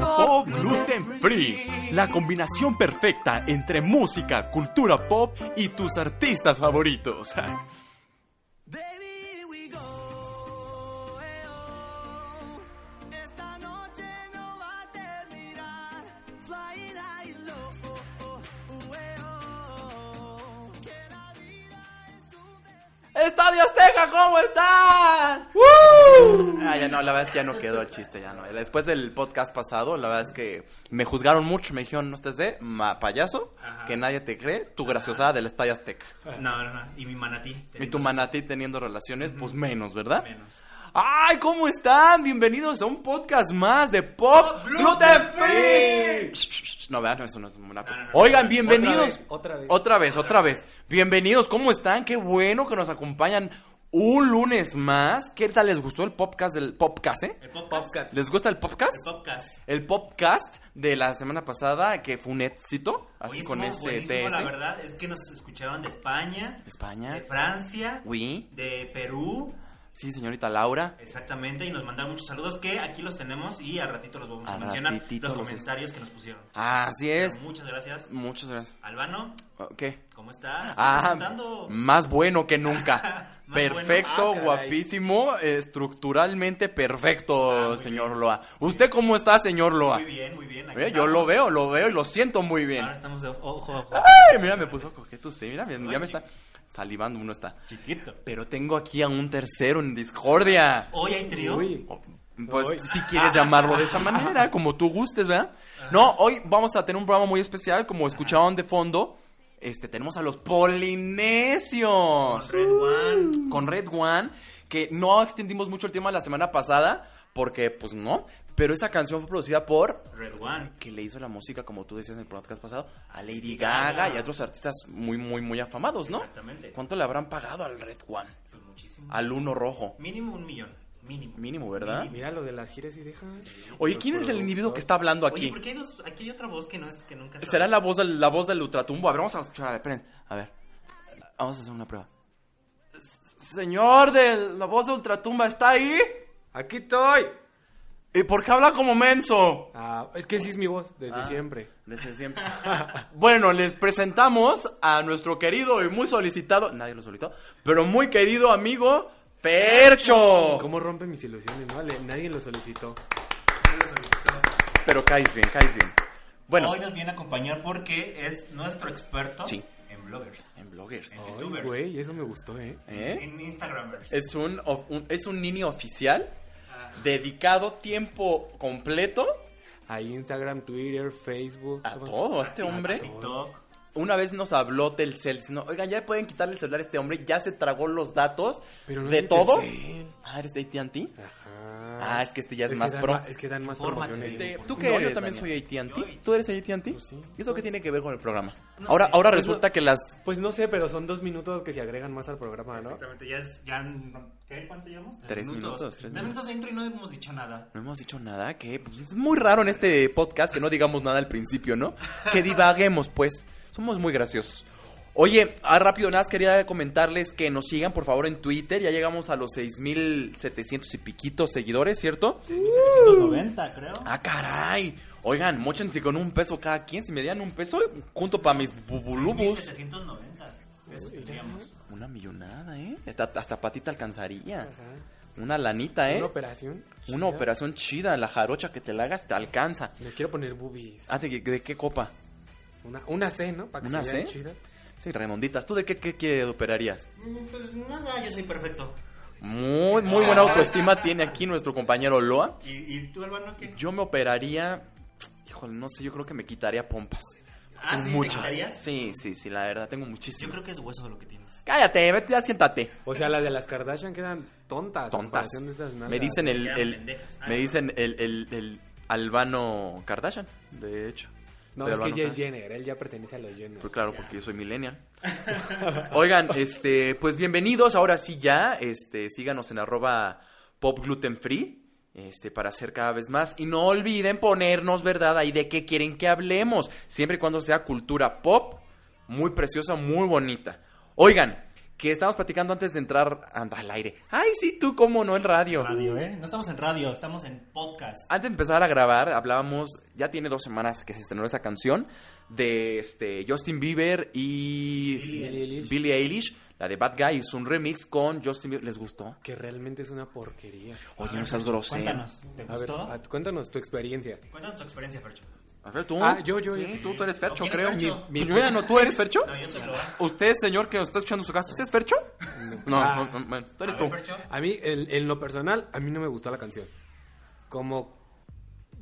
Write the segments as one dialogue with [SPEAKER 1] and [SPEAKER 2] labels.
[SPEAKER 1] Pop Gluten Free, la combinación perfecta entre música, cultura pop y tus artistas favoritos.
[SPEAKER 2] ¡Estadio Azteca, ¿cómo están? Ah, ya no, la verdad es que ya no quedó el chiste, ya no. Después del podcast pasado, la verdad es que me juzgaron mucho, me dijeron, no estés de ma- payaso,
[SPEAKER 3] Ajá.
[SPEAKER 2] que nadie te cree, tu graciosada del Estadio Azteca.
[SPEAKER 3] No, no, no. Y mi manatí.
[SPEAKER 2] Y tu manatí teniendo relaciones, pues menos, ¿verdad?
[SPEAKER 3] Menos.
[SPEAKER 2] ¡Ay, cómo están! Bienvenidos a un podcast más de Pop Gluten Free. No, vean, eso no es una...
[SPEAKER 3] No, no, no.
[SPEAKER 2] Oigan, bienvenidos.
[SPEAKER 4] Otra vez.
[SPEAKER 2] Otra vez, otra vez. Bienvenidos, ¿cómo están? Qué bueno que nos acompañan un lunes más. ¿Qué tal les gustó el podcast del podcast, eh?
[SPEAKER 3] El podcast.
[SPEAKER 2] ¿Les gusta el podcast?
[SPEAKER 3] El podcast.
[SPEAKER 2] El podcast de la semana pasada que fue un éxito, así
[SPEAKER 3] Oye,
[SPEAKER 2] con
[SPEAKER 3] estuvo
[SPEAKER 2] ese
[SPEAKER 3] buenísimo, La
[SPEAKER 2] TS.
[SPEAKER 3] verdad es que nos escucharon de España,
[SPEAKER 2] España.
[SPEAKER 3] de Francia,
[SPEAKER 2] Oui.
[SPEAKER 3] de Perú,
[SPEAKER 2] Sí, señorita Laura.
[SPEAKER 3] exactamente, y nos mandaron muchos saludos que aquí los tenemos y al ratito los vamos a,
[SPEAKER 2] Al
[SPEAKER 3] mencionar,
[SPEAKER 2] ratito
[SPEAKER 3] los
[SPEAKER 2] los es-
[SPEAKER 3] comentarios que nos pusieron.
[SPEAKER 2] Así es.
[SPEAKER 3] Pero Muchas gracias.
[SPEAKER 2] Muchas gracias.
[SPEAKER 3] Albano,
[SPEAKER 2] ¿Qué?
[SPEAKER 3] ¿cómo estás?
[SPEAKER 2] Ah,
[SPEAKER 3] Presentando-
[SPEAKER 2] más bueno que nunca.
[SPEAKER 3] Más
[SPEAKER 2] perfecto,
[SPEAKER 4] bueno. Ah, caray.
[SPEAKER 2] guapísimo, estructuralmente
[SPEAKER 3] Ah,
[SPEAKER 2] perfecto,
[SPEAKER 3] muy
[SPEAKER 2] señor Loa. ¿Usted cómo está, señor Loa?
[SPEAKER 3] Muy bien, muy bien. aquí
[SPEAKER 2] Mira, Eh, yo lo
[SPEAKER 3] estamos. Ah,
[SPEAKER 2] veo, Ah. lo veo y lo siento muy bien.
[SPEAKER 3] Ahora estamos de ojo, ojo, ojo.
[SPEAKER 2] ¡Ay! Mira, me puso coqueto usted, mira, mira, ya me está salivando uno está.
[SPEAKER 3] Chiquito.
[SPEAKER 2] Pero tengo aquí a un tercero en discordia.
[SPEAKER 3] Hoy hay trío.
[SPEAKER 4] Uy.
[SPEAKER 2] Pues
[SPEAKER 4] Uy.
[SPEAKER 2] si quieres llamarlo de esa manera, como tú gustes, ¿verdad? No, hoy vamos a tener un programa muy especial, como escuchaban de fondo. Este, tenemos a los polinesios.
[SPEAKER 3] Red One.
[SPEAKER 2] con Red One, que no extendimos mucho el tema la semana pasada, porque pues no, pero esta canción fue producida por
[SPEAKER 3] Red One.
[SPEAKER 2] que le hizo la música, como tú decías en el podcast pasado, a Lady Gaga y a otros artistas muy, muy, muy afamados, ¿no?
[SPEAKER 3] Exactamente.
[SPEAKER 2] ¿Cuánto le habrán pagado al Red One?
[SPEAKER 3] Pues muchísimo.
[SPEAKER 2] Al Uno Rojo.
[SPEAKER 3] Mínimo un millón. Mínimo.
[SPEAKER 2] Mínimo, ¿verdad?
[SPEAKER 4] Mira lo de las giras y deja.
[SPEAKER 2] Oye, ¿quién es el individuo que está hablando
[SPEAKER 3] Oye,
[SPEAKER 2] aquí?
[SPEAKER 3] ¿por qué hay dos- aquí hay otra voz que no es que nunca se
[SPEAKER 2] ¿Será la voz, del, la voz del ultratumbo? A ver, vamos a escuchar, a ver, esperen, a ver. Vamos a hacer una prueba. Señor de la voz de ultratumba, ¿está ahí?
[SPEAKER 4] Aquí estoy.
[SPEAKER 2] ¿Y por qué habla como menso?
[SPEAKER 4] Ah, es que sí es mi voz desde
[SPEAKER 2] Ah.
[SPEAKER 4] siempre.
[SPEAKER 2] Desde siempre. bueno, les presentamos a nuestro querido y muy solicitado, nadie lo solicitó, pero muy querido amigo Percho.
[SPEAKER 4] ¿Cómo rompe mis ilusiones? No, Le- nadie lo solicitó.
[SPEAKER 2] Pero caes bien, caes bien. Bueno,
[SPEAKER 3] Hoy nos viene a acompañar porque es nuestro experto
[SPEAKER 2] Sí.
[SPEAKER 3] en bloggers,
[SPEAKER 2] en bloggers.
[SPEAKER 3] en
[SPEAKER 4] Ay,
[SPEAKER 3] youtubers,
[SPEAKER 4] güey, eso me gustó, ¿eh?
[SPEAKER 2] ¿eh?
[SPEAKER 3] en instagramers.
[SPEAKER 2] Es un, of- un- es un nini oficial dedicado tiempo completo
[SPEAKER 4] Ahí Instagram, Twitter, Facebook.
[SPEAKER 2] a
[SPEAKER 4] ¿cómo se-
[SPEAKER 2] todo este hombre.
[SPEAKER 3] TikTok.
[SPEAKER 2] Una vez nos habló Telcel, diciendo, oigan, ya pueden quitarle el celular a este hombre, ya se tragó los datos
[SPEAKER 4] Pero no
[SPEAKER 2] de
[SPEAKER 4] es de
[SPEAKER 2] todo.
[SPEAKER 4] Telcel.
[SPEAKER 2] Ah, eres de AT&T.
[SPEAKER 4] Ajá.
[SPEAKER 2] Ah, es que este ya es
[SPEAKER 4] que
[SPEAKER 2] más
[SPEAKER 4] dan
[SPEAKER 2] pro.
[SPEAKER 4] ma- Es que dan más
[SPEAKER 3] Infórmate.
[SPEAKER 4] promociones.
[SPEAKER 2] Este,
[SPEAKER 3] Por
[SPEAKER 2] ¿Tú
[SPEAKER 3] favor.
[SPEAKER 2] qué
[SPEAKER 4] No,
[SPEAKER 2] eres?
[SPEAKER 4] yo
[SPEAKER 2] Yo también soy
[SPEAKER 3] Yo
[SPEAKER 2] AT&T.
[SPEAKER 3] AT&T.
[SPEAKER 2] ¿Tú eres AT&T?
[SPEAKER 4] Pues sí.
[SPEAKER 2] ¿Y eso qué tiene que ver con el programa?
[SPEAKER 3] No
[SPEAKER 2] ahora
[SPEAKER 3] sé.
[SPEAKER 2] ahora
[SPEAKER 4] Pues
[SPEAKER 2] resulta
[SPEAKER 4] no-
[SPEAKER 2] que las...
[SPEAKER 4] Pues no sé, pero son dos minutos que se agregan más al programa, ¿no?
[SPEAKER 3] Exactamente, ya es, ya, en- ¿qué? ¿Cuánto llevamos?
[SPEAKER 2] Tres minutos, tres
[SPEAKER 3] Tres minutos de intro y no hemos dicho nada.
[SPEAKER 2] No hemos dicho nada, que pues, es muy raro en este podcast que no digamos nada al principio, ¿no? Que divaguemos, pues. Somos muy graciosos. Oye, ah, rápido, nada, más quería comentarles que nos sigan, por favor, en Twitter. Ya llegamos a los 6,700 y piquitos seguidores, ¿cierto?
[SPEAKER 3] 1790, creo.
[SPEAKER 2] ¡Ah, caray! Oigan, mochense con un peso cada quien. Si me dieran un peso, junto para mis bubulubus.
[SPEAKER 3] 1790. Eso tendríamos.
[SPEAKER 2] Una millonada, ¿eh? Hasta, hasta patita alcanzaría. Una lanita, ¿eh?
[SPEAKER 4] Una
[SPEAKER 2] Una,
[SPEAKER 4] operación. chida.
[SPEAKER 2] operación chida, la jarocha que te la hagas te alcanza.
[SPEAKER 4] Me quiero poner boobies.
[SPEAKER 2] Ah, ¿de, de qué copa?
[SPEAKER 4] Una, una C, ¿no? Para que
[SPEAKER 2] ¿Una
[SPEAKER 4] se vean
[SPEAKER 2] C?
[SPEAKER 4] chidas.
[SPEAKER 2] Sí, redonditas. ¿Tú de qué, qué, qué operarías?
[SPEAKER 3] Mm, Pues nada, yo soy perfecto.
[SPEAKER 2] Muy, muy
[SPEAKER 3] Ah.
[SPEAKER 2] buena autoestima tiene aquí nuestro compañero Loa.
[SPEAKER 3] ¿Y, y tú, hermano, qué?
[SPEAKER 2] Yo me operaría. Híjole, no sé, yo creo que me quitaría pompas.
[SPEAKER 3] Ah,
[SPEAKER 2] Tengo
[SPEAKER 3] sí, ¿te quitarías?
[SPEAKER 2] Sí, sí, sí, la verdad, tengo
[SPEAKER 3] Yo
[SPEAKER 2] muchísimas.
[SPEAKER 3] creo que es hueso lo que tienes.
[SPEAKER 2] Cállate, vete, ya siéntate.
[SPEAKER 4] O sea, la de las Kardashian quedan tontas.
[SPEAKER 2] Tontas.
[SPEAKER 4] a comparación de esas nalgas.
[SPEAKER 2] Me dicen el.
[SPEAKER 3] Quedan
[SPEAKER 2] el-
[SPEAKER 3] pendejas. Ah,
[SPEAKER 2] me
[SPEAKER 3] no.
[SPEAKER 2] dicen el, el- el Albano Kardashian, de hecho.
[SPEAKER 4] No,
[SPEAKER 2] Soy
[SPEAKER 4] es que
[SPEAKER 2] Albano
[SPEAKER 4] ella es
[SPEAKER 2] Kardashian.
[SPEAKER 4] Jenner. Él ya pertenece a los Jenner.
[SPEAKER 2] Pues claro, porque yo soy millennial. Oigan, este, pues bienvenidos ahora sí ya. Este, síganos en arroba popglutenfree. Este, para hacer cada vez más. Y no olviden ponernos, ¿verdad? Ahí de qué quieren que hablemos. Siempre y cuando sea cultura pop. Muy preciosa, muy bonita. Oigan, que estábamos platicando antes de entrar anda, al aire. Ay, sí, tú, cómo no, en radio. Ah,
[SPEAKER 3] Radio, ¿eh? No estamos en radio, estamos en podcast.
[SPEAKER 2] Antes de empezar a grabar, hablábamos, ya tiene dos semanas que se estrenó esa canción, de este Justin Bieber y
[SPEAKER 3] Billie
[SPEAKER 4] Eilish.
[SPEAKER 2] Billie Eilish. La de Bad Guy hizo un remix con Justin Bieber. ¿Les gustó?
[SPEAKER 4] Que realmente es una porquería.
[SPEAKER 2] Oye, no seas grosero.
[SPEAKER 3] Ah, Cuéntanos, ¿te
[SPEAKER 4] A ver,
[SPEAKER 3] gustó?
[SPEAKER 4] a- cuéntanos tu experiencia.
[SPEAKER 3] Cuéntanos tu experiencia, Fercho.
[SPEAKER 2] A ver, tú.
[SPEAKER 4] Ah, yo, yo, yo.
[SPEAKER 2] Sí, Tú, tú eres Fercho,
[SPEAKER 3] ¿O quién es
[SPEAKER 2] creo.
[SPEAKER 3] Fercho?
[SPEAKER 2] Mi- mi- Yo ya no, ¿tú eres Fercho?
[SPEAKER 3] No, yo soy Loa.
[SPEAKER 2] Usted, señor, que nos está escuchando en su casa, ¿usted es Fercho? No,
[SPEAKER 4] Ah.
[SPEAKER 2] no, no, bueno, tú eres
[SPEAKER 3] A ver,
[SPEAKER 2] tú.
[SPEAKER 3] Fercho.
[SPEAKER 4] A mí, en, en lo personal, a mí no me gustó la canción. Como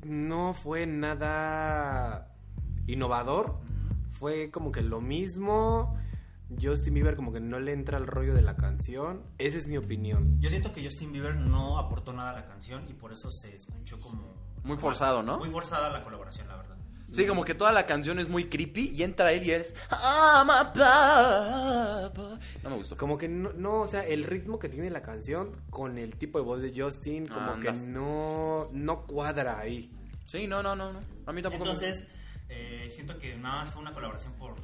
[SPEAKER 4] no fue nada innovador, fue como que lo mismo. Justin Bieber como que no le entra el rollo de la canción. Esa es mi opinión.
[SPEAKER 3] Yo siento que Justin Bieber no aportó nada a la canción y por eso se escuchó como...
[SPEAKER 2] Muy forzado, ¿no?
[SPEAKER 3] Muy forzada la colaboración, la verdad.
[SPEAKER 2] Sí, como que toda la canción es muy creepy y entra él y es... I'm a bad boy. No me gustó.
[SPEAKER 4] Como que no, no, o sea, el ritmo que tiene la canción con el tipo de voz de Justin, como
[SPEAKER 2] Anda.
[SPEAKER 4] que no, no cuadra ahí.
[SPEAKER 2] Sí, no, no, no, no. A mí tampoco me-
[SPEAKER 3] Entonces, eh, siento que nada más fue una colaboración por,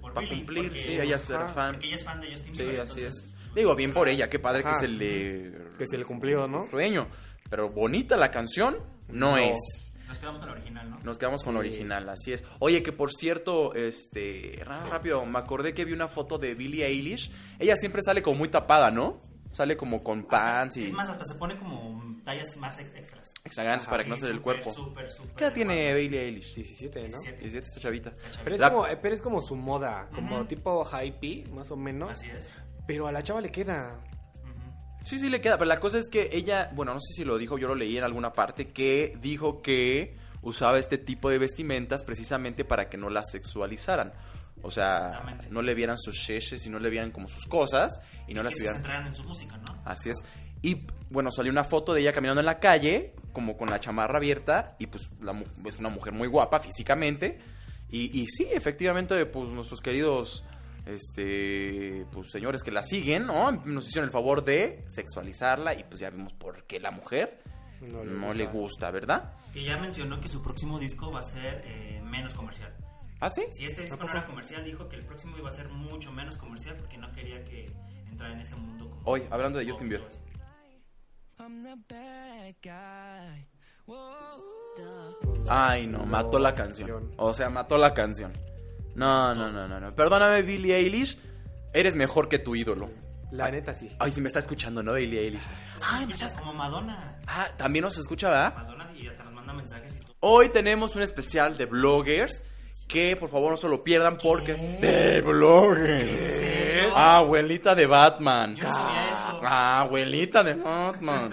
[SPEAKER 3] por
[SPEAKER 2] Para
[SPEAKER 3] Billie,
[SPEAKER 2] cumplir,
[SPEAKER 3] porque-
[SPEAKER 2] sí, ella será
[SPEAKER 4] ajá,
[SPEAKER 2] fan.
[SPEAKER 3] Porque ella es fan de Justin Bieber.
[SPEAKER 2] Sí, así es.
[SPEAKER 3] entonces-
[SPEAKER 2] Digo, bien por ella, qué padre
[SPEAKER 4] Ajá.
[SPEAKER 2] que se le...
[SPEAKER 4] Que se le cumplió, ¿no?
[SPEAKER 2] Sueño. Pero bonita la canción no,
[SPEAKER 4] No.
[SPEAKER 2] es.
[SPEAKER 3] Nos quedamos con la original, ¿no?
[SPEAKER 2] Nos quedamos con la original, así es. Oye, que por cierto, este... ra- Rápido, me acordé que vi una foto de Billie Eilish. Ella siempre sale como muy tapada, ¿no? Sale como con pants y...
[SPEAKER 3] Es más, hasta se pone como tallas más ex- extras.
[SPEAKER 2] Extra grandes para que no se dé el cuerpo.
[SPEAKER 3] Súper, súper.
[SPEAKER 2] ¿Qué edad tiene Billie Eilish?
[SPEAKER 4] 17, ¿no?
[SPEAKER 3] 17.
[SPEAKER 2] 17 esta chavita.
[SPEAKER 4] Pero es,
[SPEAKER 2] La-
[SPEAKER 4] como, eh, pero es como su moda, como tipo hippie, más o menos.
[SPEAKER 3] Así es.
[SPEAKER 4] Pero a la chava le queda.
[SPEAKER 3] Ujú.
[SPEAKER 2] Sí, sí le queda, pero la cosa es que ella, bueno, no sé si lo dijo, yo lo leí en alguna parte, que dijo que usaba este tipo de vestimentas precisamente para que no la sexualizaran. O sea,
[SPEAKER 3] Exactamente.
[SPEAKER 2] no le vieran sus cheches y no le vieran como sus cosas y no
[SPEAKER 3] Que
[SPEAKER 2] las
[SPEAKER 3] se
[SPEAKER 2] vieran.
[SPEAKER 3] centraran en su música, ¿no?
[SPEAKER 2] Así es. Y bueno, salió una foto de ella caminando en la calle, como con la chamarra abierta, y pues la mu- es una mujer muy guapa físicamente. Y, y sí, efectivamente, pues nuestros queridos este pues señores que la siguen, ¿no? Nos hicieron el favor de sexualizarla y pues ya vimos por qué la mujer no le, gusta. ¿verdad?
[SPEAKER 3] Que ya mencionó que su próximo disco va a ser eh, menos comercial.
[SPEAKER 2] ¿Ah, sí?
[SPEAKER 3] Si este disco no era comercial, dijo que el próximo iba a ser mucho menos comercial porque no quería que entrara en ese mundo. Como
[SPEAKER 2] Hoy, hablando de Justin Bieber.
[SPEAKER 5] I'm the bad guy.
[SPEAKER 2] Ay, no, mató la canción.
[SPEAKER 4] canción.
[SPEAKER 2] O sea, mató la canción. No, no, no, no, no. Perdóname, Billie Eilish, eres mejor que tu ídolo.
[SPEAKER 4] La neta sí.
[SPEAKER 2] Ay, sí me está escuchando, ¿no, Billie Eilish?
[SPEAKER 3] Ay, me estás como Madonna.
[SPEAKER 2] Ah, también nos escucha, ¿verdad?
[SPEAKER 3] Madonna y hasta nos manda mensajes y todo.
[SPEAKER 2] Hoy tenemos un especial de bloggers que por favor no se lo pierdan porque... ¡De bloggers! Ah, Abuelita de Batman.
[SPEAKER 3] Yo no sabía eso.
[SPEAKER 2] Ah, abuelita de Batman.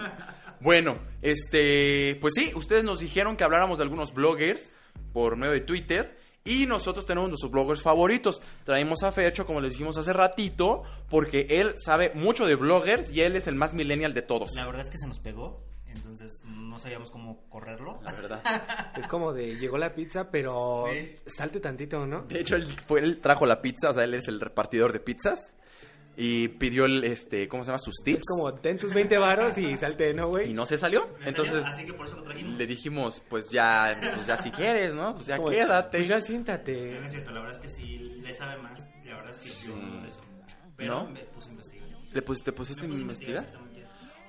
[SPEAKER 2] Bueno, este, pues sí, ustedes nos dijeron que habláramos de algunos bloggers por medio de Twitter y nosotros tenemos nuestros bloggers favoritos. Traemos a Fercho, como les dijimos hace ratito, porque él sabe mucho de bloggers y él es el más millennial de todos.
[SPEAKER 3] La verdad es que se nos pegó, entonces no sabíamos cómo correrlo.
[SPEAKER 2] La verdad.
[SPEAKER 4] Es como de llegó la pizza, pero
[SPEAKER 3] Sí.
[SPEAKER 4] salte tantito, ¿no?
[SPEAKER 2] De hecho, él fue él trajo la pizza, o sea, él es el repartidor de pizzas y pidió el, este, ¿cómo se llama? Sus tips.
[SPEAKER 4] Es como ten tus 20 varos y salte, ¿no,
[SPEAKER 2] Y
[SPEAKER 4] güey?
[SPEAKER 2] no se salió.
[SPEAKER 3] Me
[SPEAKER 2] Entonces
[SPEAKER 3] salió, Ah, así que por eso lo trajimos.
[SPEAKER 2] le dijimos, pues ya, pues ya si quieres, ¿no? Pues ya
[SPEAKER 4] Como de,
[SPEAKER 2] quédate.
[SPEAKER 4] Pues ya
[SPEAKER 3] No
[SPEAKER 4] siéntate.
[SPEAKER 3] es cierto, la verdad es que sí le sabe más. La verdad es que yo no le sé mucho. Pero
[SPEAKER 2] ¿No?
[SPEAKER 3] me puse a investigar. Me
[SPEAKER 2] ¿Te, pus- te pusiste a
[SPEAKER 3] puse a
[SPEAKER 2] investigar?
[SPEAKER 3] exactamente.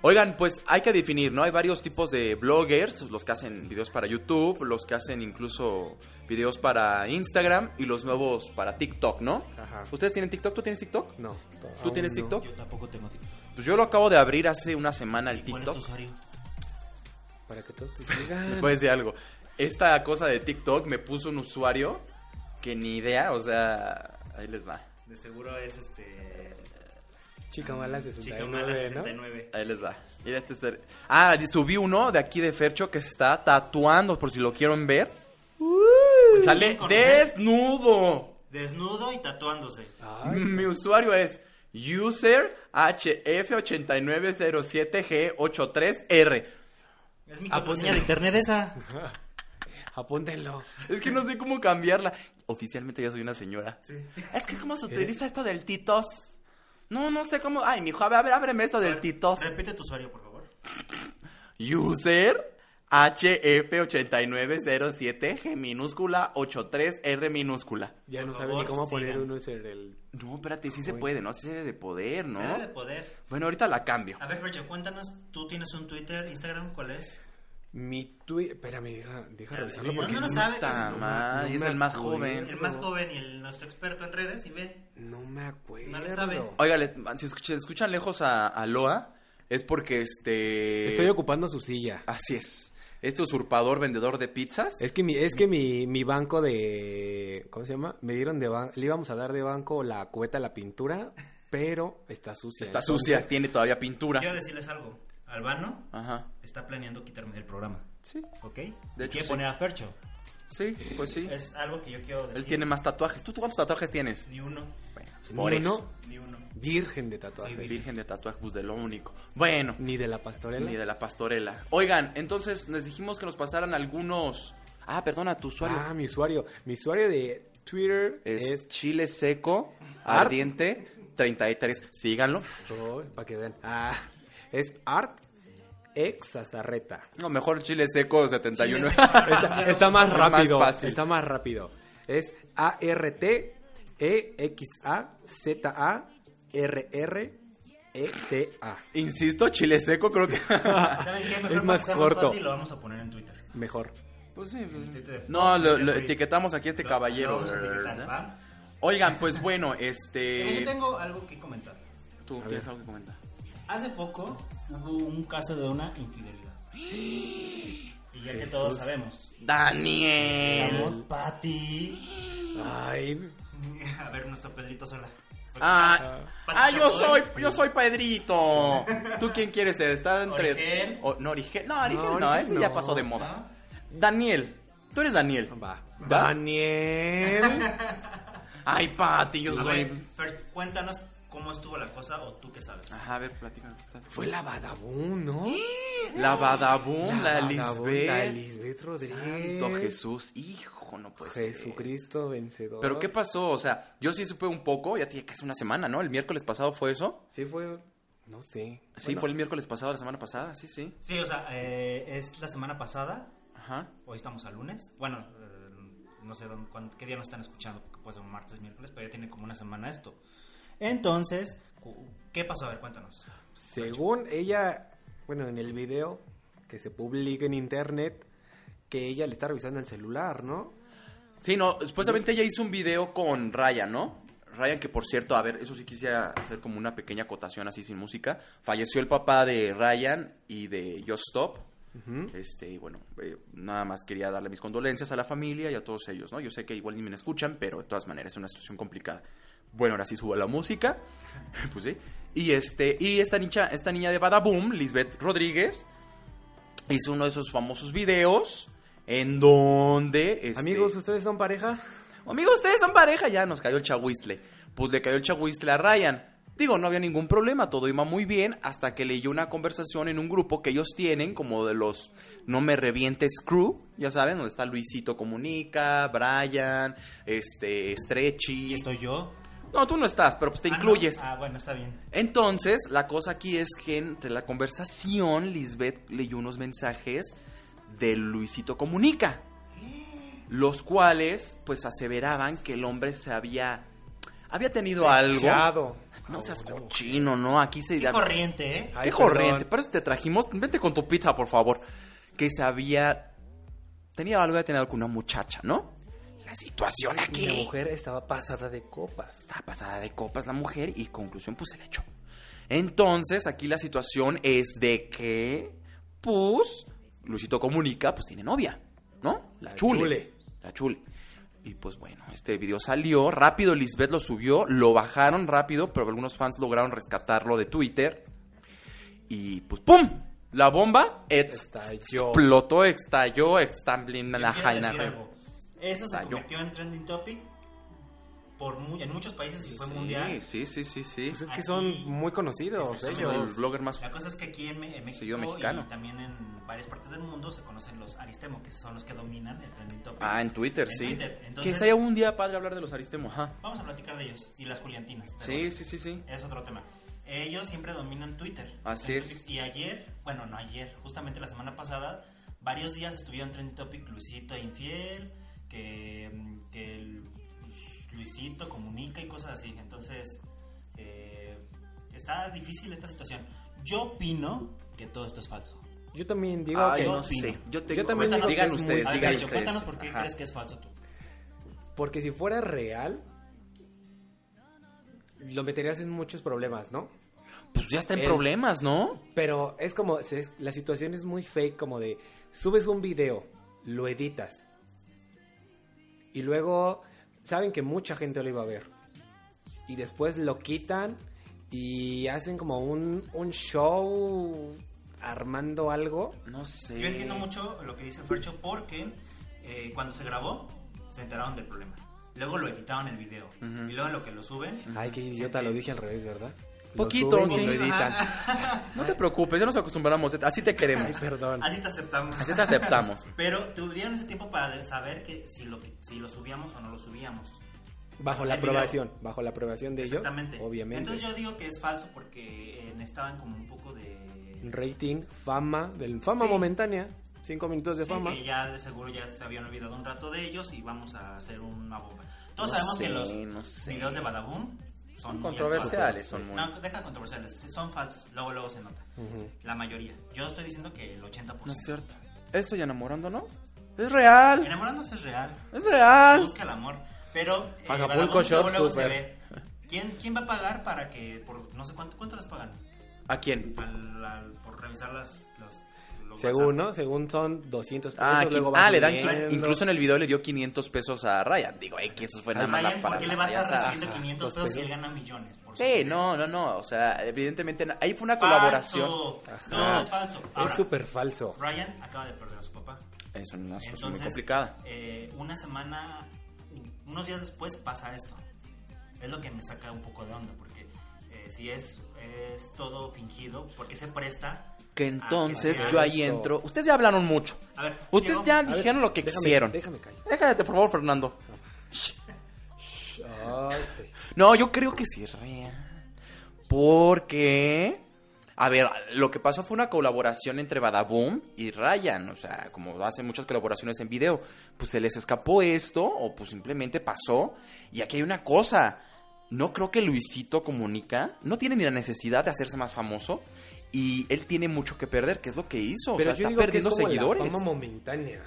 [SPEAKER 2] Oigan, pues hay que definir, ¿no? Hay varios tipos de bloggers, los que hacen videos para YouTube, los que hacen incluso videos para Instagram y los nuevos para TikTok, ¿no?
[SPEAKER 4] Ajá.
[SPEAKER 2] ¿Ustedes tienen TikTok? ¿Tú tienes TikTok?
[SPEAKER 4] No.
[SPEAKER 2] ¿Tú
[SPEAKER 4] aún
[SPEAKER 2] tienes
[SPEAKER 4] no.
[SPEAKER 2] TikTok?
[SPEAKER 3] Yo tampoco tengo TikTok.
[SPEAKER 2] Pues yo lo acabo de abrir hace una semana el
[SPEAKER 3] ¿Cuál es tu
[SPEAKER 2] TikTok.
[SPEAKER 3] usuario?
[SPEAKER 4] Para que todos te sigan.
[SPEAKER 2] Pues, Les voy a decir algo. Esta cosa de TikTok me puso un usuario que ni idea, o sea, ahí les va.
[SPEAKER 3] De seguro es este.
[SPEAKER 4] Chica mala 69,
[SPEAKER 3] Chica Mala
[SPEAKER 4] ¿no?
[SPEAKER 3] 69.
[SPEAKER 2] Ahí les va. Mira, este es el- Ah, subí uno de aquí de Fercho que se está tatuando, por si lo quieren ver. Sale
[SPEAKER 3] ¿Conoces?
[SPEAKER 2] desnudo.
[SPEAKER 3] Desnudo y tatuándose.
[SPEAKER 2] Mi usuario es user HF8907G83R.
[SPEAKER 3] Es mi
[SPEAKER 4] Ah,
[SPEAKER 3] contraseña
[SPEAKER 4] pues,
[SPEAKER 3] de internet esa.
[SPEAKER 4] Apúntenlo.
[SPEAKER 2] Es que no sé cómo cambiarla. Oficialmente ya soy una señora. Es que cómo se utiliza esto del titos. No, no sé cómo. Ay, mijo, a ver, a ver, ábreme esto del titos.
[SPEAKER 3] Repite tu usuario, por favor.
[SPEAKER 2] User HF8907G minúscula 83R minúscula.
[SPEAKER 4] Ya
[SPEAKER 3] Por
[SPEAKER 4] no saben ni
[SPEAKER 3] favor,
[SPEAKER 4] cómo
[SPEAKER 3] sigan.
[SPEAKER 4] poner uno en el...
[SPEAKER 2] No, espérate, sí se puede, ¿no? Sí se debe de poder, ¿no?
[SPEAKER 3] Será de poder.
[SPEAKER 2] Bueno, ahorita la cambio.
[SPEAKER 3] A ver, Fercho, cuéntanos. Tú tienes un Twitter, Instagram, ¿cuál es?
[SPEAKER 4] Mi tweet... Espérame, deja, deja revisarlo
[SPEAKER 3] ¿por
[SPEAKER 4] porque...
[SPEAKER 3] no lo
[SPEAKER 4] no,
[SPEAKER 3] sabe?
[SPEAKER 2] Puta
[SPEAKER 3] casi
[SPEAKER 2] madre,
[SPEAKER 4] no
[SPEAKER 2] y es
[SPEAKER 4] me
[SPEAKER 2] el más
[SPEAKER 4] acuerdo.
[SPEAKER 3] El
[SPEAKER 2] joven.
[SPEAKER 3] más joven y el nuestro experto en redes, y ve.
[SPEAKER 4] me acuerdo.
[SPEAKER 3] No le sabe.
[SPEAKER 2] Oiga, les- si escuchan, escuchan lejos a, a Loa, es porque este.
[SPEAKER 4] Estoy ocupando su silla.
[SPEAKER 2] Así es. Este usurpador vendedor de pizzas.
[SPEAKER 4] Es que mi, es que mi, mi banco de... ¿Cómo se llama? Me dieron de banco... Le íbamos a dar de banco la cubeta, la pintura, pero está sucia.
[SPEAKER 2] Está
[SPEAKER 4] Entonces,
[SPEAKER 2] sucia, tiene todavía pintura.
[SPEAKER 3] Quiero decirles algo. Albano
[SPEAKER 2] Ajá.
[SPEAKER 3] está planeando quitarme del programa.
[SPEAKER 2] Sí.
[SPEAKER 3] ¿Ok?
[SPEAKER 2] De hecho,
[SPEAKER 3] quiere
[SPEAKER 2] sí.
[SPEAKER 3] poner a Fercho.
[SPEAKER 2] Sí, pues sí.
[SPEAKER 3] Es algo que yo quiero decir.
[SPEAKER 2] Él tiene más tatuajes. ¿Tú cuántos tatuajes tienes?
[SPEAKER 3] Ni uno.
[SPEAKER 2] Bueno,
[SPEAKER 4] ni
[SPEAKER 2] por
[SPEAKER 4] uno,
[SPEAKER 2] eso.
[SPEAKER 3] Ni uno.
[SPEAKER 4] Virgen de tatuaje.
[SPEAKER 3] Soy
[SPEAKER 2] Virgen de tatuajes, pues de lo único. Bueno,
[SPEAKER 4] Ni de la pastorela.
[SPEAKER 2] ni de la pastorela. Oigan, entonces les dijimos que nos pasaran algunos. Ah, perdona, tu usuario.
[SPEAKER 4] Ah, mi usuario. Mi usuario de Twitter
[SPEAKER 2] es,
[SPEAKER 4] es
[SPEAKER 2] chile seco,
[SPEAKER 4] Ar-
[SPEAKER 2] ardiente, 33. Síganlo.
[SPEAKER 4] para que vean. Ah, es Art Exazarreta.
[SPEAKER 2] No, mejor chile seco, 71.
[SPEAKER 4] Está, está más
[SPEAKER 2] Está más
[SPEAKER 4] rápido.
[SPEAKER 2] fácil.
[SPEAKER 4] está más rápido. Es A R T E X A Z A R R E T A.
[SPEAKER 2] Insisto, chile seco, creo que.
[SPEAKER 3] ¿Saben qué? Mejor
[SPEAKER 4] Es más
[SPEAKER 3] para que sea
[SPEAKER 4] corto.
[SPEAKER 3] fácil, lo vamos a poner en Twitter.
[SPEAKER 4] Mejor.
[SPEAKER 2] Pues sí, pues-
[SPEAKER 3] Twitter.
[SPEAKER 2] No, lo,
[SPEAKER 3] Twitter
[SPEAKER 2] lo
[SPEAKER 3] free.
[SPEAKER 2] etiquetamos aquí a este
[SPEAKER 3] Lo-
[SPEAKER 2] caballero.
[SPEAKER 3] lo vamos a etiquetar,
[SPEAKER 2] ¿verdad?
[SPEAKER 3] ¿va?
[SPEAKER 2] Oigan, pues bueno,
[SPEAKER 3] Eh,
[SPEAKER 2] este.
[SPEAKER 3] Yo tengo algo que comentar.
[SPEAKER 2] ¿Tú
[SPEAKER 4] A
[SPEAKER 2] tienes
[SPEAKER 4] ver.
[SPEAKER 2] algo que comentar?
[SPEAKER 3] Hace poco hubo un caso de una infidelidad. Y ya que todos sabemos.
[SPEAKER 2] Daniel.
[SPEAKER 3] Vamos, Pati.
[SPEAKER 4] Ay,
[SPEAKER 3] A ver, nuestro Pedrito sola.
[SPEAKER 2] Ah,
[SPEAKER 3] Pati
[SPEAKER 2] ah, yo soy,
[SPEAKER 3] Chapoy.
[SPEAKER 2] yo soy Pedrito. ¿Tú quién quieres ser? Está entre.
[SPEAKER 3] Origen.
[SPEAKER 2] O- no, Origen. No, Origen no,
[SPEAKER 4] Origen
[SPEAKER 2] ese ya
[SPEAKER 4] no.
[SPEAKER 2] pasó de moda.
[SPEAKER 3] Ah.
[SPEAKER 2] Daniel. Tú eres Daniel.
[SPEAKER 4] va.
[SPEAKER 2] ¿Va?
[SPEAKER 4] Daniel.
[SPEAKER 2] Ay, Pati, yo
[SPEAKER 3] A
[SPEAKER 2] soy.
[SPEAKER 3] ver, Fer, cuéntanos cómo estuvo la cosa o tú qué sabes.
[SPEAKER 2] Ajá, a ver, platícanos.
[SPEAKER 4] Fue la Badabun, ¿no?
[SPEAKER 2] La Badabun, la,
[SPEAKER 4] Badabun, La
[SPEAKER 2] Lisbeth.
[SPEAKER 4] Lisbeth Rodríguez.
[SPEAKER 2] Santo Jesús, hijo, no puede ser.
[SPEAKER 4] Jesucristo vencedor.
[SPEAKER 2] Pero ¿qué pasó? O sea, yo sí supe un poco, ya tiene casi una semana, ¿no? El miércoles pasado fue eso.
[SPEAKER 4] Sí fue, no sé.
[SPEAKER 2] Sí, fue el miércoles pasado, la semana pasada, sí, sí.
[SPEAKER 3] Sí, o sea, eh, es la semana pasada.
[SPEAKER 2] Ajá.
[SPEAKER 3] Hoy estamos a lunes. Bueno, eh, no sé dónde- cuándo- qué día nos están escuchando, porque puede ser un martes, miércoles, pero ya tiene como una semana esto. Entonces, cu- ¿qué pasó? A ver, cuéntanos.
[SPEAKER 4] Según ella, bueno, en el video que se publica en internet, que ella le está revisando el celular, ¿no?
[SPEAKER 2] Sí, no, supuestamente ella hizo un video con Ryan, ¿no? Ryan, que por cierto, a ver, eso sí quisiera hacer como una pequeña acotación así sin música. Falleció el papá de Ryan y de Yo Stop. Este, y bueno, eh, nada más quería darle mis condolencias a la familia y a todos ellos, ¿no? Yo sé que igual ni me escuchan, pero de todas maneras es una situación complicada. Bueno, ahora sí subo la música. pues sí. Y este, y esta niña, esta niña de Badaboom, Lisbeth Rodríguez, hizo uno de esos famosos videos en donde. este,
[SPEAKER 4] Amigos, ¿ustedes son pareja?
[SPEAKER 2] Amigos, ustedes son pareja, ya nos cayó el chahuistle. Pues le cayó el chahuistle a Ryan. Digo, no había ningún problema, todo iba muy bien, hasta que leyó una conversación en un grupo que ellos tienen, como de los No Me Revientes Crew, ya saben, donde está Luisito Comunica, Brian, este, Stretchy.
[SPEAKER 3] ¿Y estoy yo?
[SPEAKER 2] No, tú no estás, pero pues te
[SPEAKER 3] Ah, no.
[SPEAKER 2] incluyes.
[SPEAKER 3] Ah, bueno, está bien.
[SPEAKER 2] Entonces, la cosa aquí es que entre la conversación, Lisbeth leyó unos mensajes de Luisito Comunica, los cuales pues aseveraban que el hombre se había había tenido algo.
[SPEAKER 4] Chado.
[SPEAKER 2] No seas cochino, no, aquí se
[SPEAKER 3] Qué corriente, ¿eh?
[SPEAKER 4] Ah, Ay,
[SPEAKER 2] Qué
[SPEAKER 4] perdón.
[SPEAKER 2] corriente, pero eso te trajimos, vente con tu pizza, por favor. Que se había tenía algo de tener con una muchacha, ¿no? La situación
[SPEAKER 4] Y
[SPEAKER 2] aquí
[SPEAKER 4] la mujer estaba pasada de copas.
[SPEAKER 2] está pasada de copas la mujer y conclusión pues el hecho. Entonces aquí la situación es de que pues Luisito comunica pues tiene novia, ¿no? La,
[SPEAKER 4] La
[SPEAKER 2] chule.
[SPEAKER 4] Chule.
[SPEAKER 2] La chule. Y pues bueno, este video salió rápido, Lisbeth lo subió, lo bajaron rápido, pero algunos fans lograron rescatarlo de Twitter. Y pues ¡pum! La bomba
[SPEAKER 4] Estalló.
[SPEAKER 2] explotó, estalló, estamblin la
[SPEAKER 3] Quiero decir
[SPEAKER 2] jaina.
[SPEAKER 3] algo. Eso se
[SPEAKER 2] Estalló.
[SPEAKER 3] convirtió en trending topic por mu- en muchos países y fue mundial.
[SPEAKER 2] Sí, sí, sí, sí, sí.
[SPEAKER 4] Pues es que son muy conocidos
[SPEAKER 3] Ese es
[SPEAKER 2] Son el
[SPEAKER 4] ellos.
[SPEAKER 2] blogger más
[SPEAKER 3] La cosa es que aquí en, Me- en
[SPEAKER 2] Seguido
[SPEAKER 3] México
[SPEAKER 2] mexicano.
[SPEAKER 3] y también en varias partes del mundo se conocen los aristemo, que son los que dominan el trending topic.
[SPEAKER 2] Ah, en Twitter, sí.
[SPEAKER 3] Twitter.
[SPEAKER 2] que
[SPEAKER 3] Entonces,
[SPEAKER 2] estaría un día padre hablar de los Aristemo, ajá.
[SPEAKER 3] vamos a platicar de ellos y las Juliantinas. pero
[SPEAKER 2] Sí, sí, sí, sí.
[SPEAKER 3] Es otro tema. Ellos siempre dominan Twitter.
[SPEAKER 2] Así
[SPEAKER 3] En
[SPEAKER 2] es.
[SPEAKER 3] Twitter. Y ayer, bueno, no ayer, justamente la semana pasada, varios días estuvieron trending topic Luisito e Infiel, que, mm, que el pues, Luisito comunica y cosas así. Entonces, eh, está difícil esta situación. Yo opino que todo esto es falso.
[SPEAKER 4] Yo también digo
[SPEAKER 2] Ay,
[SPEAKER 4] que
[SPEAKER 2] no
[SPEAKER 3] yo opino.
[SPEAKER 2] sé. Yo, tengo,
[SPEAKER 4] Yo también
[SPEAKER 3] Cuéntanos
[SPEAKER 2] digan
[SPEAKER 3] qué es
[SPEAKER 2] ustedes,
[SPEAKER 3] muy-
[SPEAKER 2] digan
[SPEAKER 3] A ver, Nacho,
[SPEAKER 2] ustedes.
[SPEAKER 3] Cuéntanos por qué
[SPEAKER 2] Ajá.
[SPEAKER 3] crees que es falso tú.
[SPEAKER 4] porque si fuera real, lo meterías en muchos problemas, ¿no?
[SPEAKER 2] Pues ya está en
[SPEAKER 4] El-
[SPEAKER 2] problemas, ¿no?
[SPEAKER 4] Pero es como, se- la situación es muy fake, como de, subes un video, lo editas. Y luego saben que mucha gente lo iba a ver. Y después lo quitan y hacen como un, un show armando algo.
[SPEAKER 2] No sé.
[SPEAKER 3] Yo entiendo mucho lo que dice Fercho porque eh, cuando se grabó se enteraron del problema. Luego lo editaron el video y luego lo que lo suben.
[SPEAKER 4] Ay, qué idiota, lo dije al revés, ¿verdad? Lo
[SPEAKER 2] Poquito,
[SPEAKER 4] suben y
[SPEAKER 2] sí.
[SPEAKER 4] lo editan.
[SPEAKER 2] No te preocupes, ya nos acostumbramos. Así te queremos.
[SPEAKER 4] Ay, perdón.
[SPEAKER 3] Así te aceptamos.
[SPEAKER 2] Así te aceptamos.
[SPEAKER 3] Pero tuvieron ese tiempo para de- saber que si lo que- si lo subíamos o no lo subíamos.
[SPEAKER 4] Bajo la
[SPEAKER 3] El video.
[SPEAKER 4] aprobación, bajo la aprobación de ellos,
[SPEAKER 3] Exactamente.
[SPEAKER 4] obviamente.
[SPEAKER 3] Entonces yo digo que es falso porque eh, necesitaban como un poco de
[SPEAKER 4] Rating, fama, del fama
[SPEAKER 3] Sí.
[SPEAKER 4] momentánea, cinco minutos de
[SPEAKER 3] Sí,
[SPEAKER 4] fama.
[SPEAKER 3] que ya de seguro ya se habían olvidado un rato de ellos y vamos a hacer una bomba. Todos
[SPEAKER 2] No
[SPEAKER 3] sabemos
[SPEAKER 2] sé,
[SPEAKER 3] que los
[SPEAKER 2] no sé.
[SPEAKER 3] videos de Badaboom son, muy
[SPEAKER 2] controversiales,
[SPEAKER 3] falsos.
[SPEAKER 2] son muy-
[SPEAKER 3] No, deja controversiales, sí, son falsos, luego luego se nota. La mayoría. Yo estoy diciendo que el 80%.
[SPEAKER 2] No es cierto. ¿Estoy enamorándonos? Es real.
[SPEAKER 3] Enamorándose es real.
[SPEAKER 2] Es
[SPEAKER 3] Se
[SPEAKER 2] real.
[SPEAKER 3] busca el amor, pero eh,
[SPEAKER 4] Acapulco
[SPEAKER 3] Badaboom
[SPEAKER 4] Shore
[SPEAKER 3] luego, luego se
[SPEAKER 4] Super.
[SPEAKER 3] ve. ¿Quién, ¿Quién va a pagar para que por no sé cuánto cuánto les pagan?
[SPEAKER 2] ¿A quién?
[SPEAKER 3] Al- al- por revisar las los, los WhatsApp.
[SPEAKER 4] Según, ¿no? Según son 200 pesos.
[SPEAKER 2] Ah,
[SPEAKER 4] luego
[SPEAKER 2] qui-
[SPEAKER 4] van
[SPEAKER 2] ah, le dan
[SPEAKER 4] subiendo.
[SPEAKER 2] qui- incluso en el video le dio 500 pesos a Ryan. Digo, ay, que eso fue
[SPEAKER 3] A
[SPEAKER 2] una mala
[SPEAKER 3] Ryan, ¿por
[SPEAKER 2] para
[SPEAKER 3] qué le va a estar recibiendo
[SPEAKER 4] Ajá,
[SPEAKER 3] 500
[SPEAKER 4] dos
[SPEAKER 3] pesos si él
[SPEAKER 4] pesos.
[SPEAKER 3] gana millones? Por
[SPEAKER 2] Sí,
[SPEAKER 3] supuesto.
[SPEAKER 2] no, no, no. O sea, evidentemente na- ahí fue una
[SPEAKER 3] Falso.
[SPEAKER 2] colaboración.
[SPEAKER 3] No, es falso. Ahora,
[SPEAKER 4] Es súper falso.
[SPEAKER 2] Ah,
[SPEAKER 3] Ryan acaba de perder a su papá.
[SPEAKER 2] Es una situación
[SPEAKER 3] Entonces,
[SPEAKER 2] muy Ah, complicada.
[SPEAKER 3] eh, una semana, unos días después pasa esto. Es lo que me saca un poco de onda, porque eh, si es, es todo fingido, porque se presta.
[SPEAKER 2] Que
[SPEAKER 3] a
[SPEAKER 2] entonces
[SPEAKER 3] sea
[SPEAKER 2] yo ahí
[SPEAKER 4] esto.
[SPEAKER 2] entro. Ustedes ya hablaron mucho.
[SPEAKER 3] A ver,
[SPEAKER 2] Ustedes
[SPEAKER 3] llegó-
[SPEAKER 2] ya
[SPEAKER 4] A ver,
[SPEAKER 2] dijeron lo que
[SPEAKER 4] déjame-
[SPEAKER 2] quisieron.
[SPEAKER 4] Déjame callar.
[SPEAKER 2] Déjate, por favor, Fernando.
[SPEAKER 4] Ay, te-
[SPEAKER 2] No, yo creo que sí es real. Porque. A ver, lo que pasó fue una colaboración entre Badaboom y Ryan. O sea, como hacen muchas colaboraciones en video. Pues se les escapó esto, o pues simplemente pasó. Y aquí hay una cosa. No creo que Luisito comunica. No tiene ni la necesidad de hacerse más famoso. Y él tiene mucho que perder, que es lo que hizo. o sea, está perdiendo
[SPEAKER 4] como
[SPEAKER 2] seguidores.
[SPEAKER 4] La fama momentánea.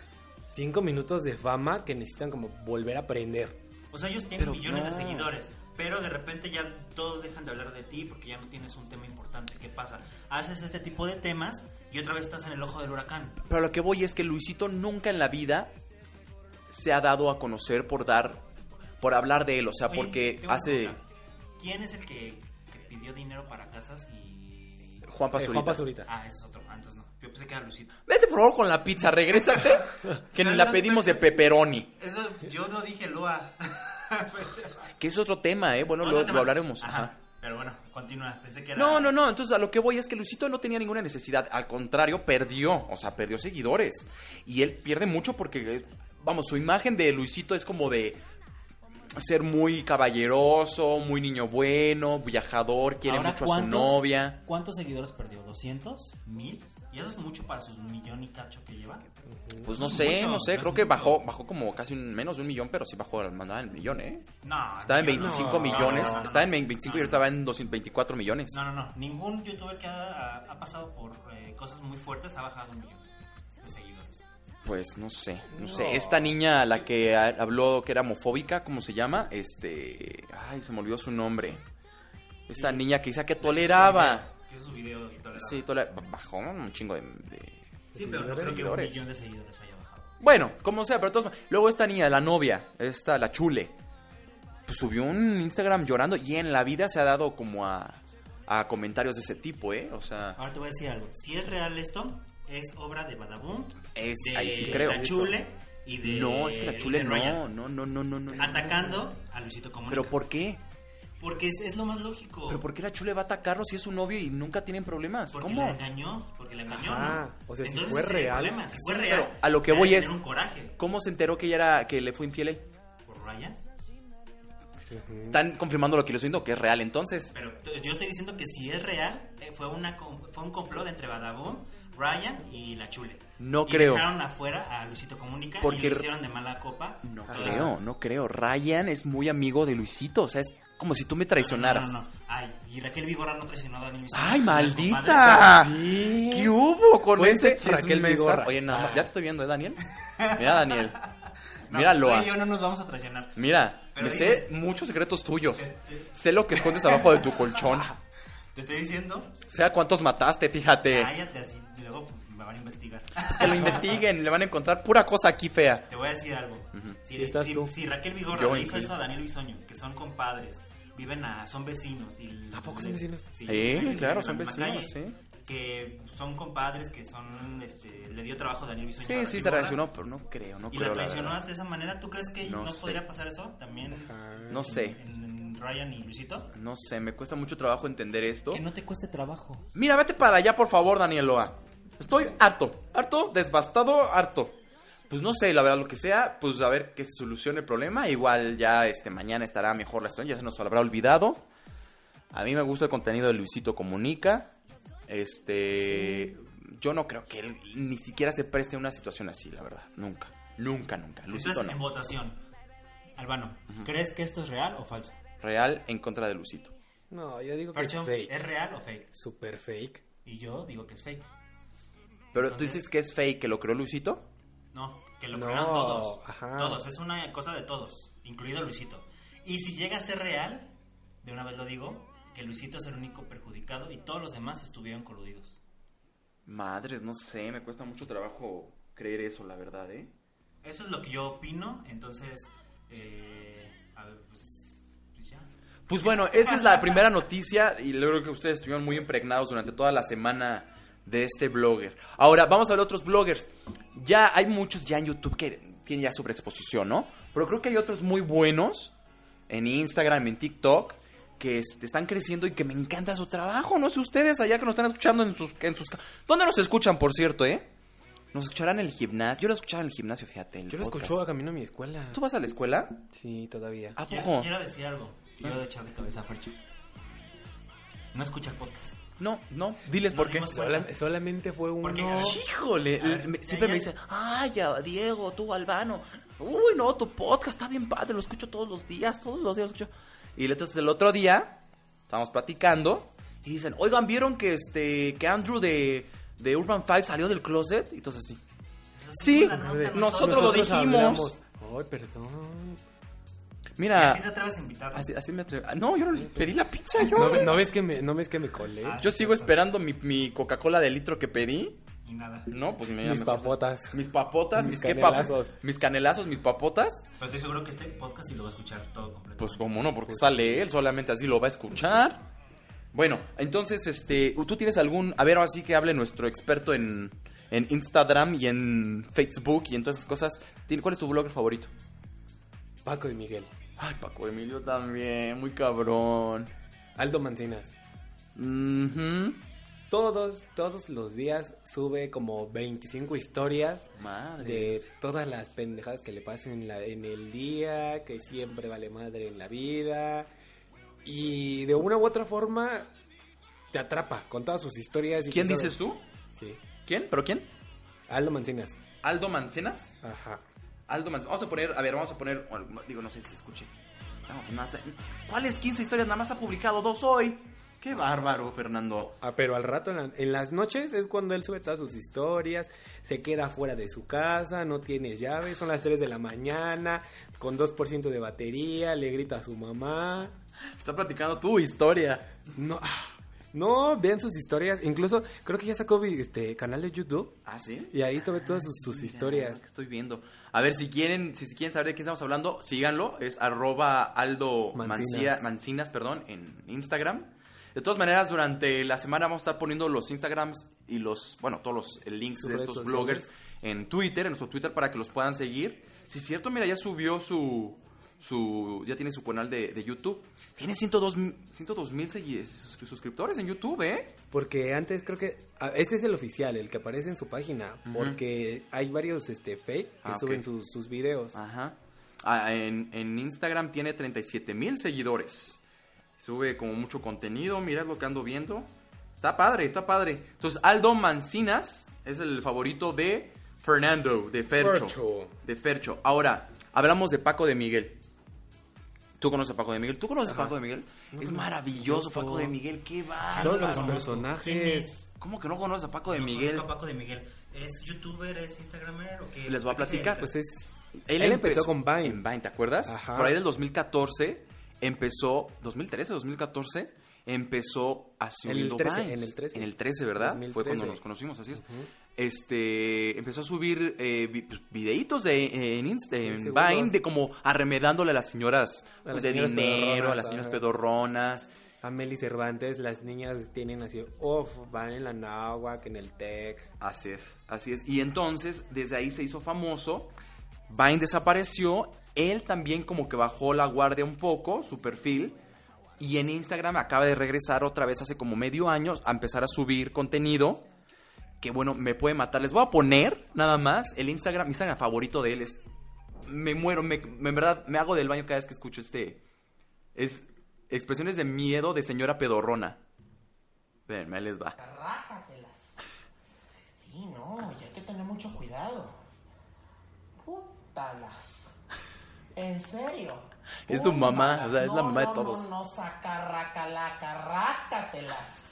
[SPEAKER 4] Cinco minutos de fama que necesitan como volver a aprender.
[SPEAKER 3] O sea, ellos tienen
[SPEAKER 2] Pero
[SPEAKER 3] millones
[SPEAKER 2] no.
[SPEAKER 3] de seguidores, pero de repente ya todos dejan de hablar de ti porque ya no tienes un tema importante. ¿Qué pasa? Haces este tipo de temas y otra vez estás en el ojo del huracán.
[SPEAKER 2] Pero lo que voy es que Luisito nunca en la vida se ha dado a conocer por dar, por hablar de él, o sea,
[SPEAKER 3] Oye,
[SPEAKER 2] porque
[SPEAKER 3] tengo una
[SPEAKER 2] hace
[SPEAKER 3] pregunta. ¿Quién es el que, que pidió dinero para casas y.
[SPEAKER 2] Juan
[SPEAKER 4] Eh,
[SPEAKER 2] Pazurita.
[SPEAKER 4] Juan Pazurita.
[SPEAKER 3] Ah, ese es otro. Ah, entonces no. Yo pensé que era Lucito.
[SPEAKER 2] Vete por favor con la pizza, regrésate, que ni la pedimos de pepperoni.
[SPEAKER 3] Eso, yo no dije Lua.
[SPEAKER 2] Que es otro tema, ¿eh? Bueno,
[SPEAKER 3] No,
[SPEAKER 2] lo,
[SPEAKER 3] no te
[SPEAKER 2] lo
[SPEAKER 3] va-
[SPEAKER 2] hablaremos.
[SPEAKER 3] Ajá.
[SPEAKER 2] Ajá.
[SPEAKER 3] Pero bueno, continúa. Pensé que era.
[SPEAKER 2] No, no, no. Entonces, a lo que voy es que Luisito no tenía ninguna necesidad. Al contrario, perdió. O sea, perdió seguidores. Y él pierde mucho porque, eh, vamos, su imagen de Luisito es como de ser muy caballeroso, muy niño bueno, viajador, quiere
[SPEAKER 3] Ahora,
[SPEAKER 2] mucho a su
[SPEAKER 3] ¿cuántos-
[SPEAKER 2] novia.
[SPEAKER 3] ¿Cuántos seguidores perdió? ¿200? ¿Mil? Y eso es mucho para sus millón y cacho que lleva.
[SPEAKER 2] Pues no sé,
[SPEAKER 3] Mucho,
[SPEAKER 2] no sé.
[SPEAKER 3] no es
[SPEAKER 2] Creo que
[SPEAKER 3] mucho.
[SPEAKER 2] bajó bajó como casi un, menos de un millón, pero sí bajó al mandar el millón, ¿eh?
[SPEAKER 3] No.
[SPEAKER 2] Estaba en
[SPEAKER 3] no,
[SPEAKER 2] 25
[SPEAKER 3] Ah, no, Ah.
[SPEAKER 2] millones.
[SPEAKER 3] no, no, no,
[SPEAKER 2] estaba en
[SPEAKER 3] no.
[SPEAKER 2] 25 y
[SPEAKER 3] No,
[SPEAKER 2] ahorita va en 224 millones.
[SPEAKER 3] No, no, no. Ningún youtuber que ha, ha pasado por eh, cosas muy fuertes ha bajado un millón de seguidores.
[SPEAKER 2] Pues no sé, no, sé. Esta niña, la que ha- habló que era homofóbica, ¿cómo se llama? Este. Ay, se me olvidó su nombre. Esta niña que decía que toleraba.
[SPEAKER 3] Que es su video y todo.
[SPEAKER 2] Sí, toleraba. Bajó un chingo de. de-
[SPEAKER 3] Sí, pero no
[SPEAKER 4] Seguidores.
[SPEAKER 3] creo que un millón de seguidores haya bajado.
[SPEAKER 2] Bueno, como sea, pero todos. Luego esta niña, la novia, esta, la chule, pues subió un Instagram llorando y en la vida se ha dado como a, a comentarios de ese tipo, ¿eh? O sea,
[SPEAKER 3] Ahora te voy a decir algo. Si es real esto, es obra de Badabun.
[SPEAKER 2] Es-
[SPEAKER 3] de
[SPEAKER 2] ahí sí creo.
[SPEAKER 3] La Chule y de.
[SPEAKER 2] no, es que la chule
[SPEAKER 3] y de
[SPEAKER 2] no,
[SPEAKER 3] Ryan.
[SPEAKER 2] no, no, no, no, no.
[SPEAKER 3] Atacando a Luisito Comunica.
[SPEAKER 2] ¿Pero por qué?
[SPEAKER 3] Porque es, es lo más lógico.
[SPEAKER 2] ¿Pero por qué la chule va a atacarlo si es su novio y nunca tienen problemas?
[SPEAKER 3] Porque
[SPEAKER 2] ¿Cómo?
[SPEAKER 3] la engañó, porque la engañó.
[SPEAKER 4] Ajá,
[SPEAKER 3] ¿no?
[SPEAKER 4] o sea, si
[SPEAKER 3] Entonces,
[SPEAKER 4] fue
[SPEAKER 3] ese era el
[SPEAKER 4] real.
[SPEAKER 3] problema, si fue
[SPEAKER 2] Sí,
[SPEAKER 3] real.
[SPEAKER 2] pero a lo que voy
[SPEAKER 3] era
[SPEAKER 2] es-
[SPEAKER 3] tener un coraje
[SPEAKER 2] ¿Cómo se enteró que ella era, que le fue infiel él?
[SPEAKER 3] por Ryan.
[SPEAKER 2] Están confirmando lo que le estoy diciendo, que es real entonces.
[SPEAKER 3] Pero t- yo estoy diciendo que si es real, eh, fue una com- fue un complot entre Badabun, Ryan y la Chule.
[SPEAKER 2] No
[SPEAKER 3] Y
[SPEAKER 2] creo.
[SPEAKER 3] Dejaron afuera a Luisito Comunica
[SPEAKER 2] Porque-
[SPEAKER 3] y lo hicieron de mala copa. Ah,
[SPEAKER 2] No
[SPEAKER 3] Todo esto.
[SPEAKER 2] creo, no creo. Ryan es muy amigo de Luisito, o sea, es como si tú me
[SPEAKER 3] No,
[SPEAKER 2] traicionaras.
[SPEAKER 3] no, no. Ay, y Raquel Vigorra no traicionó a Dani Luisito.
[SPEAKER 2] ¡Ay,
[SPEAKER 3] Era
[SPEAKER 2] maldita!
[SPEAKER 3] compadre.
[SPEAKER 4] Sí.
[SPEAKER 2] ¿Qué hubo con
[SPEAKER 4] Fue
[SPEAKER 2] ese
[SPEAKER 4] ese
[SPEAKER 2] Raquel
[SPEAKER 4] chismesas?
[SPEAKER 2] Vigorra? Oye, nada más, ya te estoy viendo, ¿eh, Daniel? Mira, Daniel.
[SPEAKER 3] Ah. No,
[SPEAKER 2] Míralo.
[SPEAKER 3] tú
[SPEAKER 2] ah.
[SPEAKER 3] y yo no nos vamos a traicionar.
[SPEAKER 2] Mira,
[SPEAKER 3] Pero
[SPEAKER 2] me
[SPEAKER 3] Eh, dices-
[SPEAKER 2] sé muchos secretos tuyos. Sé lo que escondes abajo de tu colchón.
[SPEAKER 3] Te estoy diciendo,
[SPEAKER 2] Sé a cuántos mataste, fíjate.
[SPEAKER 3] cállate así, y luego pues, me van a investigar.
[SPEAKER 2] Que lo investiguen, le van a encontrar pura cosa aquí fea.
[SPEAKER 3] Te voy a decir algo. si,
[SPEAKER 4] Y estás
[SPEAKER 3] si-
[SPEAKER 4] tú.
[SPEAKER 3] si Raquel Vigorra
[SPEAKER 2] Yo
[SPEAKER 3] le hizo
[SPEAKER 2] incluido.
[SPEAKER 3] eso a Daniel Bisoño, que son compadres, viven a, son vecinos. Y
[SPEAKER 4] ¿A poco
[SPEAKER 3] le-
[SPEAKER 4] son vecinos?
[SPEAKER 3] Sí,
[SPEAKER 2] Eh,
[SPEAKER 3] viven en
[SPEAKER 2] claro,
[SPEAKER 3] la
[SPEAKER 2] son
[SPEAKER 3] misma
[SPEAKER 2] vecinos, sí.
[SPEAKER 3] Que son compadres, que son, este, le dio trabajo a Daniel Bisoño. a
[SPEAKER 2] Sí,
[SPEAKER 3] Raquel
[SPEAKER 2] sí, se
[SPEAKER 3] Vigorra,
[SPEAKER 2] traicionó, pero no creo, no
[SPEAKER 3] Y
[SPEAKER 2] creo.
[SPEAKER 3] la
[SPEAKER 2] la
[SPEAKER 3] traicionó
[SPEAKER 2] verdad.
[SPEAKER 3] de esa manera, ¿tú crees que no,
[SPEAKER 2] No sé.
[SPEAKER 3] podría pasar eso también
[SPEAKER 2] No sé,
[SPEAKER 3] en, en Ryan y Luisito?
[SPEAKER 2] no sé, me cuesta mucho trabajo entender esto.
[SPEAKER 3] Que no te cueste trabajo.
[SPEAKER 2] Mira, vete para allá, por favor, Danieloa. Estoy harto, harto, desbastado, harto. Pues no sé, la verdad, lo que sea, pues a ver que se solucione el problema. Igual ya este mañana estará mejor la situación, ya se nos habrá olvidado. A mí me gusta el contenido de Luisito Comunica. Este. Yo no creo que él ni siquiera se preste a una situación así, la verdad. Nunca, nunca, nunca. Luisito
[SPEAKER 3] Entonces, en
[SPEAKER 2] no.
[SPEAKER 3] votación, Albano, ¿crees que esto es real o falso?
[SPEAKER 2] Real en contra de Luisito.
[SPEAKER 4] No, yo digo que es
[SPEAKER 3] Fercho,
[SPEAKER 4] fake.
[SPEAKER 3] ¿es real o fake?
[SPEAKER 4] Super fake.
[SPEAKER 3] Y yo digo que es fake.
[SPEAKER 2] Pero tú dices que es fake, que lo creó Luisito.
[SPEAKER 3] No, que lo
[SPEAKER 4] No,
[SPEAKER 3] crearon todos.
[SPEAKER 4] ajá.
[SPEAKER 3] Todos, es una cosa de todos, incluido Luisito. Y si llega a ser real, de una vez lo digo, que Luisito es el único perjudicado y todos los demás estuvieron coludidos.
[SPEAKER 2] Madres, no sé, me cuesta mucho trabajo creer eso, la verdad, ¿eh?
[SPEAKER 3] Eso es lo que yo opino, entonces, eh, a ver, pues, pues ya.
[SPEAKER 2] Pues bueno, esa es la primera noticia y yo creo que ustedes estuvieron muy impregnados durante toda la semana de este blogger. Ahora, vamos a ver otros bloggers. Ya hay muchos ya en YouTube que tienen ya sobreexposición, ¿no? Pero creo que hay otros muy buenos en Instagram, en TikTok, que este, están creciendo y que me encanta su trabajo. No sé ustedes allá que nos están escuchando en sus... En sus ca- ¿Dónde nos escuchan, por cierto, eh? Nos escucharán en el gimnasio. Yo lo escuchaba en el gimnasio, fíjate. el
[SPEAKER 4] Yo lo
[SPEAKER 2] podcast.
[SPEAKER 4] escucho a camino a mi escuela. Ah,
[SPEAKER 2] ¿Tú vas a la escuela?
[SPEAKER 4] Sí, todavía.
[SPEAKER 2] ¿A
[SPEAKER 3] Quiero,
[SPEAKER 2] poco?
[SPEAKER 3] quiero decir algo,
[SPEAKER 2] Ah.
[SPEAKER 3] quiero echar de cabeza a Fercho. No escucha el podcast.
[SPEAKER 2] No, no. Diles
[SPEAKER 3] No,
[SPEAKER 2] por qué.
[SPEAKER 3] dimos-
[SPEAKER 4] Sola- solamente fue uno.
[SPEAKER 3] Porque-
[SPEAKER 2] Híjole,
[SPEAKER 3] ver,
[SPEAKER 2] me-
[SPEAKER 3] ya,
[SPEAKER 2] siempre
[SPEAKER 3] ya.
[SPEAKER 2] me dicen, ay, ya, Diego, tú, Albano, uy, no, tu podcast está bien padre, lo escucho todos los días, todos los días lo escucho. Y entonces el otro día, estábamos platicando, y dicen, oigan, ¿vieron que este, que Andrew de, de Urban Five salió del closet? Y entonces así, sí,
[SPEAKER 3] la nota,
[SPEAKER 2] nosotros,
[SPEAKER 3] nosotros
[SPEAKER 2] lo dijimos.
[SPEAKER 4] hablamos. Ay, perdón.
[SPEAKER 2] Mira,
[SPEAKER 3] Así te atreves a invitar.
[SPEAKER 2] así, así me atrevo. ah, No, yo no le pedí la pizza, yo.
[SPEAKER 4] ¿No, ve- no ves que me, no ves que me colé?
[SPEAKER 3] Ah,
[SPEAKER 2] Yo sigo esperando mi, mi Coca-Cola de litro que pedí.
[SPEAKER 3] Y nada.
[SPEAKER 2] No, pues mira,
[SPEAKER 4] Mis
[SPEAKER 2] mejor-
[SPEAKER 4] papotas.
[SPEAKER 2] Mis papotas, mis,
[SPEAKER 4] Mis
[SPEAKER 2] qué
[SPEAKER 4] canelazos.
[SPEAKER 2] pap- mis canelazos, mis papotas.
[SPEAKER 3] Pero estoy seguro que este podcast sí lo va a escuchar todo completo.
[SPEAKER 2] Pues como no, porque sale él, solamente así lo va a escuchar. Bueno, entonces, este, ¿tú tienes algún, a ver, ahora sí que hable nuestro experto en, en Instagram y en Facebook y en todas esas cosas? Tiene- ¿Cuál es tu blogger favorito?
[SPEAKER 4] Paco de Miguel.
[SPEAKER 2] Ay, Paco Emilio también, muy cabrón.
[SPEAKER 4] Aldo Mancinas.
[SPEAKER 2] Ujú.
[SPEAKER 4] Todos, todos los días sube como 25 historias
[SPEAKER 2] Madre.
[SPEAKER 4] de todas las pendejadas que le pasen en, la- en el día, que siempre vale madre en la vida. Y de una u otra forma te atrapa con todas sus historias. Y
[SPEAKER 2] ¿Quién
[SPEAKER 4] quién
[SPEAKER 2] dices
[SPEAKER 4] sabe-
[SPEAKER 2] tú?
[SPEAKER 4] Sí.
[SPEAKER 2] ¿Quién? ¿Pero quién?
[SPEAKER 4] Aldo Mancinas.
[SPEAKER 2] ¿Aldo Mancenas?
[SPEAKER 4] Ajá.
[SPEAKER 2] Aldo Manz- Vamos a poner, a ver, vamos a poner, o algo- digo, no sé si se escuche. No, no hace- ¿Cuáles 15 historias? Nada más ha publicado dos hoy. Qué bárbaro, Fernando.
[SPEAKER 4] Ah, pero al rato, en, la- en las noches, es cuando él sube todas sus historias, se queda fuera de su casa, no tiene llaves, son las 3 de la mañana, con 2% de batería, le grita a su mamá.
[SPEAKER 2] Está platicando tu historia.
[SPEAKER 4] No, ah, No, vean sus historias. Incluso creo que ya sacó vi- este canal de YouTube.
[SPEAKER 2] ¿Ah, sí?
[SPEAKER 4] Y ahí tomé todas sus,
[SPEAKER 2] Ah,
[SPEAKER 4] sus
[SPEAKER 2] Mira, es
[SPEAKER 4] historias.
[SPEAKER 2] que estoy viendo. A ver, si quieren, si quieren saber de quién estamos hablando, síganlo. Es arroba Aldo Mancía-
[SPEAKER 4] Mancinas.
[SPEAKER 2] Mancinas, perdón, en Instagram. De todas maneras, durante la semana vamos a estar poniendo los Instagrams y los, bueno, todos los eh, links
[SPEAKER 4] Sus
[SPEAKER 2] de
[SPEAKER 4] redes
[SPEAKER 2] estos
[SPEAKER 4] sociales.
[SPEAKER 2] bloggers en Twitter, en nuestro Twitter para que los puedan seguir. Si es cierto, mira, ya subió su, su ya tiene su canal de, de YouTube. Tiene 102 mil suscriptores en YouTube, ¿eh?
[SPEAKER 4] Porque antes creo que. ah, Este es el oficial, el que aparece en su página. Porque hay varios este, fake que
[SPEAKER 2] Ah, ok.
[SPEAKER 4] suben sus, sus videos.
[SPEAKER 2] Ajá. Ah, en, en Instagram tiene 37 mil seguidores. Sube como mucho contenido, mirad lo que ando viendo. Está padre, está padre. Entonces, Aldo Mancinas es el favorito de Fernando, de Fercho.
[SPEAKER 4] Fercho.
[SPEAKER 2] De Fercho. Ahora, hablamos de Paco de Miguel. ¿Tú conoces a Paco de Miguel? ¿Tú conoces a Paco de Miguel? es maravilloso, Paco de Miguel, qué va.
[SPEAKER 4] Todos
[SPEAKER 3] no
[SPEAKER 4] sus
[SPEAKER 3] lo conozco. ¿Quién
[SPEAKER 4] personajes.
[SPEAKER 3] es?
[SPEAKER 2] ¿Cómo que no conoces a Paco de
[SPEAKER 3] No
[SPEAKER 2] Miguel?
[SPEAKER 3] conozco a Paco de Miguel. ¿Es youtuber, es instagramer o qué?
[SPEAKER 2] Les voy a
[SPEAKER 3] ¿A qué se
[SPEAKER 2] platicar.
[SPEAKER 3] dedica?
[SPEAKER 4] Pues es. Él, empezó, con Vine.
[SPEAKER 2] En Vine, ¿te acuerdas?
[SPEAKER 4] Ajá.
[SPEAKER 2] Por ahí del 2014 empezó, 2013, 2014, empezó haciendo
[SPEAKER 4] En el 13,
[SPEAKER 2] Vines.
[SPEAKER 4] en el 13.
[SPEAKER 2] En el 13, ¿verdad?
[SPEAKER 4] 2013.
[SPEAKER 2] Fue cuando nos conocimos, así es. Este, empezó a subir eh, vi- pues, videitos de, en, Insta- en
[SPEAKER 4] segundos.
[SPEAKER 2] Vine de como arremedándole a las señoras
[SPEAKER 4] A
[SPEAKER 2] pues,
[SPEAKER 4] las
[SPEAKER 2] de
[SPEAKER 4] señoras
[SPEAKER 2] dinero, a las
[SPEAKER 4] pedorronas,
[SPEAKER 2] señoras
[SPEAKER 4] ajá.
[SPEAKER 2] pedorronas.
[SPEAKER 4] Ameli Cervantes, las niñas tienen así. Off, van en la náhuatl, en el tech.
[SPEAKER 2] Así es, así es. Y entonces, desde ahí se hizo famoso. Vine desapareció. Él también como que bajó la guardia un poco, su perfil. Y en Instagram acaba de regresar otra vez hace como medio año a empezar a subir contenido. Que bueno, me puede matar. Les voy a poner nada más el Instagram. Mi Instagram favorito de él es... Me muero, me, me- en verdad me hago del baño cada vez que escucho este... Es expresiones de miedo de señora pedorrona. Ven, ahí les va.
[SPEAKER 6] Rápatelas. Sí, no, y hay que tener mucho cuidado. Pútalas. En serio.
[SPEAKER 2] Es su mamá, o sea, es la
[SPEAKER 6] No,
[SPEAKER 2] mamá de
[SPEAKER 6] no,
[SPEAKER 2] todos.
[SPEAKER 6] No, no, sacarracalaca, rácatelas.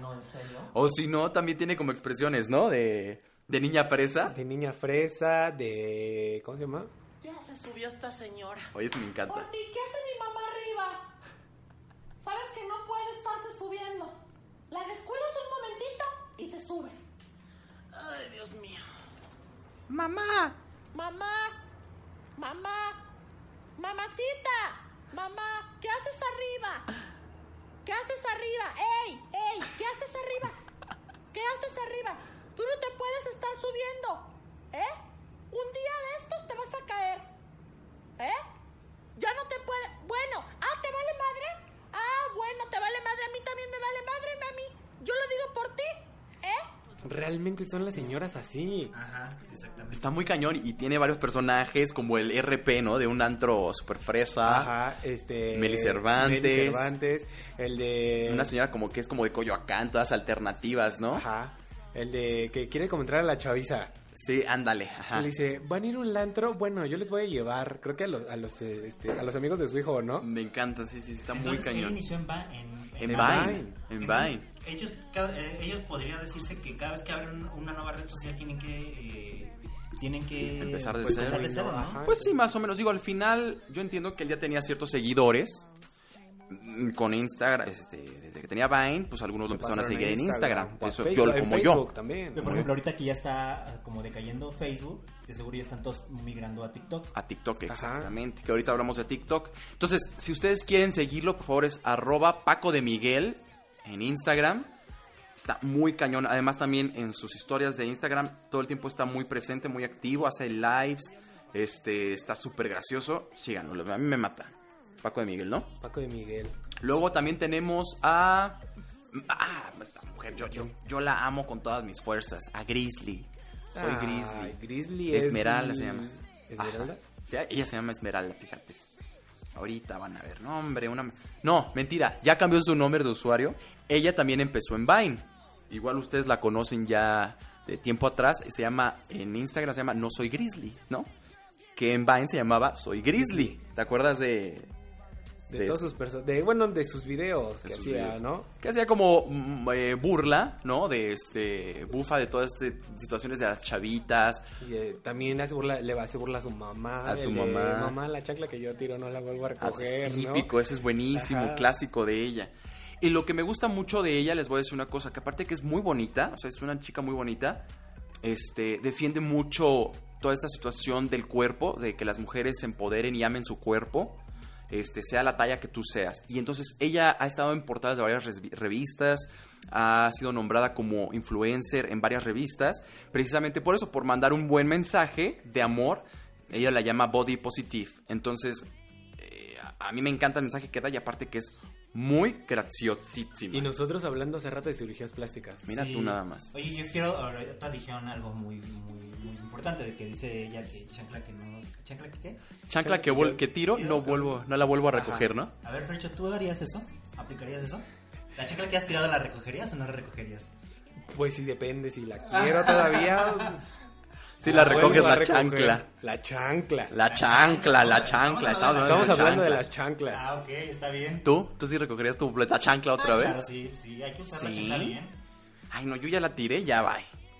[SPEAKER 6] No, en serio.
[SPEAKER 2] O si no, también tiene como expresiones, ¿no? De, de niña presa.
[SPEAKER 4] De niña fresa, de. ¿Cómo se llama?
[SPEAKER 6] Ya se subió esta señora.
[SPEAKER 2] Oye, este me
[SPEAKER 6] Oli,
[SPEAKER 2] encanta.
[SPEAKER 6] ¿qué hace mi mamá arriba? Sabes que no puede estarse subiendo. La descuidas un momentito y se sube. Ay, Dios mío. Mamá. Mamá. Mamá. Mamacita. Mamá, ¿qué haces arriba? ¿Qué haces arriba? ¡Ey! ¡Ey! ¿Qué haces arriba? ¿Qué haces arriba? Tú no te puedes estar subiendo. ¿Eh? Un día de estos te vas a caer. ¿Eh? Ya no te puede. Bueno, ah, ¿te vale madre? Ah, bueno, te vale madre. A mí también me vale madre, mami. Yo lo digo por ti, ¿eh?
[SPEAKER 4] Realmente son las señoras así.
[SPEAKER 3] Ajá, exactamente.
[SPEAKER 2] Está muy cañón y tiene varios personajes como el RP, ¿no? De un antro super fresa.
[SPEAKER 4] Ajá, este.
[SPEAKER 2] Meli Cervantes.
[SPEAKER 4] Meli Cervantes, El de.
[SPEAKER 2] Una señora como que es como de Coyoacán, todas alternativas, ¿no?
[SPEAKER 4] Ajá. El de que quiere como entrar a la chaviza.
[SPEAKER 2] Sí, ándale. Ajá.
[SPEAKER 4] Y Le dice, ¿van a ir a un lantro? Bueno, yo les voy a llevar, creo que a los, a los, eh, este, a los amigos de su hijo, ¿no?
[SPEAKER 2] Me encanta, sí, sí, sí, está muy
[SPEAKER 3] Entonces, Él
[SPEAKER 2] cañón.
[SPEAKER 3] inició en, Va- en,
[SPEAKER 2] En Vine.
[SPEAKER 4] Vine.
[SPEAKER 2] En
[SPEAKER 3] Entonces,
[SPEAKER 2] Vine.
[SPEAKER 3] Ellos, cada- eh, ellos podría decirse que cada vez que abren una nueva red social tienen que... eh, tienen que...
[SPEAKER 2] Empezar de
[SPEAKER 3] pues,
[SPEAKER 2] cero.
[SPEAKER 3] empezar de cero, ¿no?
[SPEAKER 4] Ajá.
[SPEAKER 2] Pues sí, más o menos. Digo, al final, yo entiendo que él ya tenía ciertos seguidores mm, con Instagram. Este, desde que tenía Vine, pues algunos lo empezaron a
[SPEAKER 4] Pasaron
[SPEAKER 2] seguir en Instagram.
[SPEAKER 4] o a
[SPEAKER 2] Eso,
[SPEAKER 4] Facebook,
[SPEAKER 2] yo,
[SPEAKER 4] en
[SPEAKER 2] como yo.
[SPEAKER 4] Facebook también.
[SPEAKER 3] Pero, por ejemplo, ahorita que ya está ah, como decayendo Facebook, de seguro ya están todos migrando a TikTok.
[SPEAKER 2] A TikTok, exactamente. Que ahorita hablamos de TikTok. Entonces, si ustedes quieren seguirlo, por favor, es arroba Paco de Miguel en Instagram. Está muy cañón. Además, también en sus historias de Instagram, todo el tiempo está muy presente, muy activo, hace lives. Este, está súper gracioso. Síganlo, a mí me mata. Paco de Miguel, ¿no?
[SPEAKER 4] Paco de Miguel.
[SPEAKER 2] Luego también tenemos a. Ah, esta mujer, yo, yo, yo la amo con todas mis fuerzas. A Grizzly. Soy
[SPEAKER 4] Ay,
[SPEAKER 2] Grizzly.
[SPEAKER 4] Grizzly es
[SPEAKER 2] Esmeralda
[SPEAKER 4] mi-
[SPEAKER 2] se llama.
[SPEAKER 4] ¿Esmeralda?
[SPEAKER 2] Ajá. Sí, ella se llama Esmeralda, fíjate. Ahorita van a ver. No, hombre, una. No, mentira. Ya cambió su nombre de usuario. Ella también empezó en Vine. Igual ustedes la conocen ya de tiempo atrás. Se llama. En Instagram se llama No Soy Grizzly, ¿no? Que en Vine se llamaba Soy Grizzly. ¿Te acuerdas de,
[SPEAKER 4] De,
[SPEAKER 2] De
[SPEAKER 4] todos
[SPEAKER 2] eso.
[SPEAKER 4] sus personas, de, bueno, de sus videos
[SPEAKER 2] de
[SPEAKER 4] que
[SPEAKER 2] sus
[SPEAKER 4] hacía,
[SPEAKER 2] videos.
[SPEAKER 4] ¿no?
[SPEAKER 2] Que hacía como mm, eh, burla, ¿no? De este. Bufa de todas estas situaciones de las chavitas.
[SPEAKER 4] Y, eh, también hace burla, le hace burla a su mamá.
[SPEAKER 2] A su
[SPEAKER 4] el de,
[SPEAKER 2] mamá.
[SPEAKER 4] mamá, la chancla que yo tiro no la vuelvo a
[SPEAKER 2] Ah,
[SPEAKER 4] recoger,
[SPEAKER 2] es
[SPEAKER 4] ¿no?
[SPEAKER 2] típico, ese es buenísimo,
[SPEAKER 4] Ajá.
[SPEAKER 2] clásico de ella. Y lo que me gusta mucho de ella, les voy a decir una cosa, que aparte que es muy bonita, o sea, es una chica muy bonita, este, defiende mucho toda esta situación del cuerpo, de que las mujeres se empoderen y amen su cuerpo, este, sea la talla que tú seas. Y entonces ella ha estado en portadas de varias res- revistas, ha sido nombrada como influencer en varias revistas, precisamente por eso, por mandar un buen mensaje de amor. Ella la llama Body Positive. Entonces, eh, a a mí me encanta el mensaje que da y aparte que es muy graciosísimo.
[SPEAKER 4] Y nosotros hablando hace rato de cirugías plásticas.
[SPEAKER 2] Mira tú nada más.
[SPEAKER 3] Oye, yo quiero, ahorita dijeron algo muy, muy, muy importante de que dice ella que chancla que no, chancla que qué.
[SPEAKER 2] Chancla que, vol- que tiro, no vuelvo, no la vuelvo a recoger, ¿no?
[SPEAKER 3] A ver, Fercho, ¿tú harías eso? ¿Aplicarías eso? ¿La chancla que has tirado la recogerías o no la recogerías?
[SPEAKER 4] Pues sí, depende. Si la quiero todavía.
[SPEAKER 2] Si la
[SPEAKER 4] vuelvo
[SPEAKER 2] recoges
[SPEAKER 4] a
[SPEAKER 2] la
[SPEAKER 4] recoger.
[SPEAKER 2] chancla.
[SPEAKER 4] La chancla.
[SPEAKER 2] La chancla, la chancla.
[SPEAKER 4] Estamos hablando de las
[SPEAKER 2] chanclas.
[SPEAKER 4] chanclas.
[SPEAKER 3] Ah, ok, está bien.
[SPEAKER 2] ¿Tú? ¿Tú sí recogerías tu boleta chancla otra
[SPEAKER 3] Ah,
[SPEAKER 2] vez?
[SPEAKER 3] Claro, sí, sí, hay que usar la
[SPEAKER 2] Sí.
[SPEAKER 3] chancla bien.
[SPEAKER 2] Ay, no, yo ya la tiré, ya va.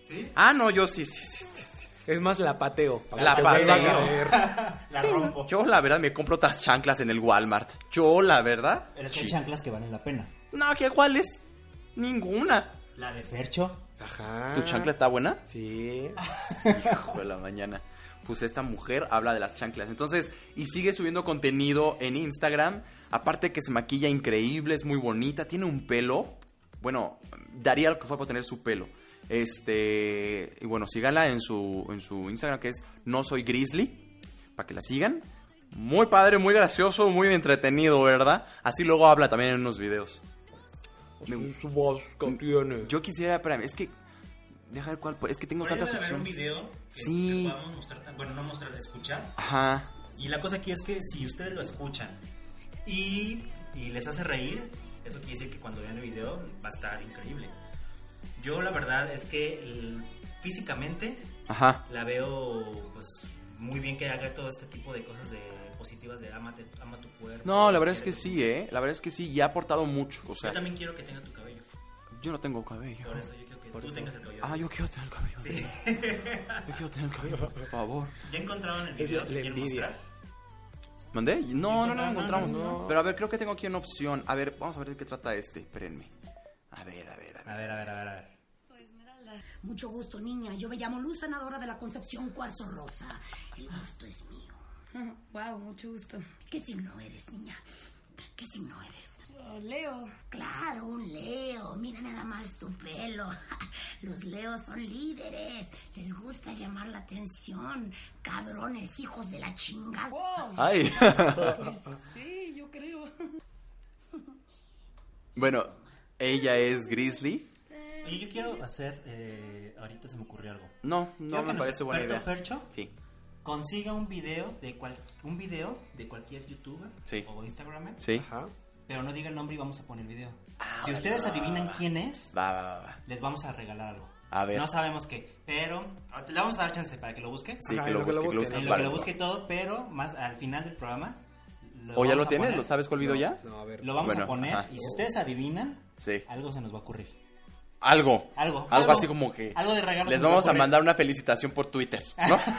[SPEAKER 3] ¿Sí?
[SPEAKER 2] Ah, no, yo sí, sí, sí. sí.
[SPEAKER 4] Es más, la pateo. para
[SPEAKER 2] La
[SPEAKER 4] que vuelva a
[SPEAKER 2] pateo.
[SPEAKER 4] caer.
[SPEAKER 3] La rompo.
[SPEAKER 2] Yo la verdad me compro otras chanclas en el Walmart. Yo la verdad.
[SPEAKER 3] Pero es que
[SPEAKER 2] sí.
[SPEAKER 3] hay chanclas que valen la pena.
[SPEAKER 2] No, ¿qué cuáles? Ninguna.
[SPEAKER 3] La de Fercho.
[SPEAKER 4] Ajá.
[SPEAKER 2] ¿Tu chancla está buena?
[SPEAKER 4] Sí.
[SPEAKER 2] Hijo de la mañana. Pues esta mujer habla de las chanclas. Entonces, y sigue subiendo contenido en Instagram. Aparte que se maquilla increíble, es muy bonita, tiene un pelo. Bueno, daría lo que fue por tener su pelo. Este, y bueno, síganla en su, en su Instagram que es No Soy Grizzly, para que la sigan. Muy padre, muy gracioso, muy entretenido, ¿verdad? Así luego habla también en unos videos. Me- Mm.
[SPEAKER 4] Su voz que tiene.
[SPEAKER 2] yo quisiera, espérame, es que... Deja ver cuál, pues, es que tengo
[SPEAKER 3] Por ahí
[SPEAKER 2] tantas
[SPEAKER 3] debe haber un
[SPEAKER 2] opciones.
[SPEAKER 3] video que
[SPEAKER 2] Sí.
[SPEAKER 3] que podamos mostrar, tan- bueno, no mostrar, escuchar.
[SPEAKER 2] Ajá.
[SPEAKER 3] Y la cosa aquí es que si ustedes lo escuchan y, y les hace reír, eso quiere decir que cuando vean el video va a estar increíble. Yo la verdad es que l- físicamente
[SPEAKER 2] Ajá.
[SPEAKER 3] la veo pues muy bien que haga todo este tipo de cosas de positivas de amate, ama tu cuerpo.
[SPEAKER 2] No, la verdad es que
[SPEAKER 3] quiérete.
[SPEAKER 2] sí, ¿eh? La verdad es que sí, ya ha aportado mucho. O sea,
[SPEAKER 3] Yo también quiero que tenga tu cabello.
[SPEAKER 2] yo no tengo cabello.
[SPEAKER 3] Por eso yo quiero que
[SPEAKER 2] Por
[SPEAKER 3] tú
[SPEAKER 2] eso.
[SPEAKER 3] tengas el cabello.
[SPEAKER 2] Ah, yo quiero tener el cabello. de ella. Yo quiero tener el cabello, por favor.
[SPEAKER 3] ¿Ya encontraron el
[SPEAKER 4] Es
[SPEAKER 3] video?
[SPEAKER 4] la-
[SPEAKER 3] que
[SPEAKER 4] la
[SPEAKER 3] quieren
[SPEAKER 4] envidia.
[SPEAKER 3] mostrar?
[SPEAKER 2] ¿Mandé? No, no, no, lo
[SPEAKER 3] no,
[SPEAKER 2] encontramos.
[SPEAKER 4] no, no.
[SPEAKER 2] Pero a ver, creo que tengo aquí una opción. A ver, vamos a ver de qué trata este. Espérenme. A ver, a ver, a ver.
[SPEAKER 3] A ver, a ver, a ver, a ver.
[SPEAKER 7] Mucho gusto, niña. Yo me llamo Luz Sanadora de la Concepción Cuarzo Rosa. El gusto es mío.
[SPEAKER 8] Wow, mucho gusto.
[SPEAKER 7] ¿Qué signo eres, niña? ¿Qué signo eres?
[SPEAKER 9] Oh,
[SPEAKER 8] Leo.
[SPEAKER 7] Claro, un Leo. Mira nada más tu pelo. Los Leos son líderes. Les gusta llamar la atención. Cabrones, hijos de la chingada.
[SPEAKER 2] Ay.
[SPEAKER 8] Sí, yo creo.
[SPEAKER 2] Bueno, ella es Grizzly.
[SPEAKER 3] Oye, yo quiero hacer, eh, ahorita se me ocurrió algo.
[SPEAKER 2] No, no
[SPEAKER 3] Creo que
[SPEAKER 2] me
[SPEAKER 3] nuestro
[SPEAKER 2] parece buena
[SPEAKER 3] experto
[SPEAKER 2] idea.
[SPEAKER 3] Fercho
[SPEAKER 2] Sí.
[SPEAKER 3] consiga un video de cual, un video de cualquier youtuber
[SPEAKER 2] Sí.
[SPEAKER 3] o instagramer,
[SPEAKER 2] Sí. Ah,
[SPEAKER 4] Ajá.
[SPEAKER 3] pero no diga el nombre y vamos a poner el video. si ustedes adivinan quién es,
[SPEAKER 2] Va, va, va, va.
[SPEAKER 3] les vamos a regalar algo.
[SPEAKER 2] A ver.
[SPEAKER 3] No sabemos qué, pero ah, le vamos a dar chance para que lo busque.
[SPEAKER 2] Sí,
[SPEAKER 4] Ajá,
[SPEAKER 2] que lo busque, que lo busque.
[SPEAKER 3] En lo que
[SPEAKER 2] para-
[SPEAKER 3] lo busque y todo, pero más al final del programa.
[SPEAKER 2] ¿O ya
[SPEAKER 3] vamos
[SPEAKER 2] lo
[SPEAKER 3] a
[SPEAKER 2] tienes?
[SPEAKER 3] poner.
[SPEAKER 2] ¿Lo sabes cuál video
[SPEAKER 4] No,
[SPEAKER 2] ya?
[SPEAKER 4] No, a ver.
[SPEAKER 3] Lo vamos
[SPEAKER 2] Bueno,
[SPEAKER 3] a poner
[SPEAKER 2] ajá.
[SPEAKER 3] y si ustedes adivinan,
[SPEAKER 2] Sí.
[SPEAKER 3] algo se nos va a ocurrir.
[SPEAKER 2] Algo.
[SPEAKER 3] Algo,
[SPEAKER 2] Algo,
[SPEAKER 3] algo.
[SPEAKER 2] así como que.
[SPEAKER 3] Algo de regalo
[SPEAKER 2] Les
[SPEAKER 3] se me
[SPEAKER 2] vamos a
[SPEAKER 3] ocurre.
[SPEAKER 2] mandar una felicitación por Twitter, ¿no?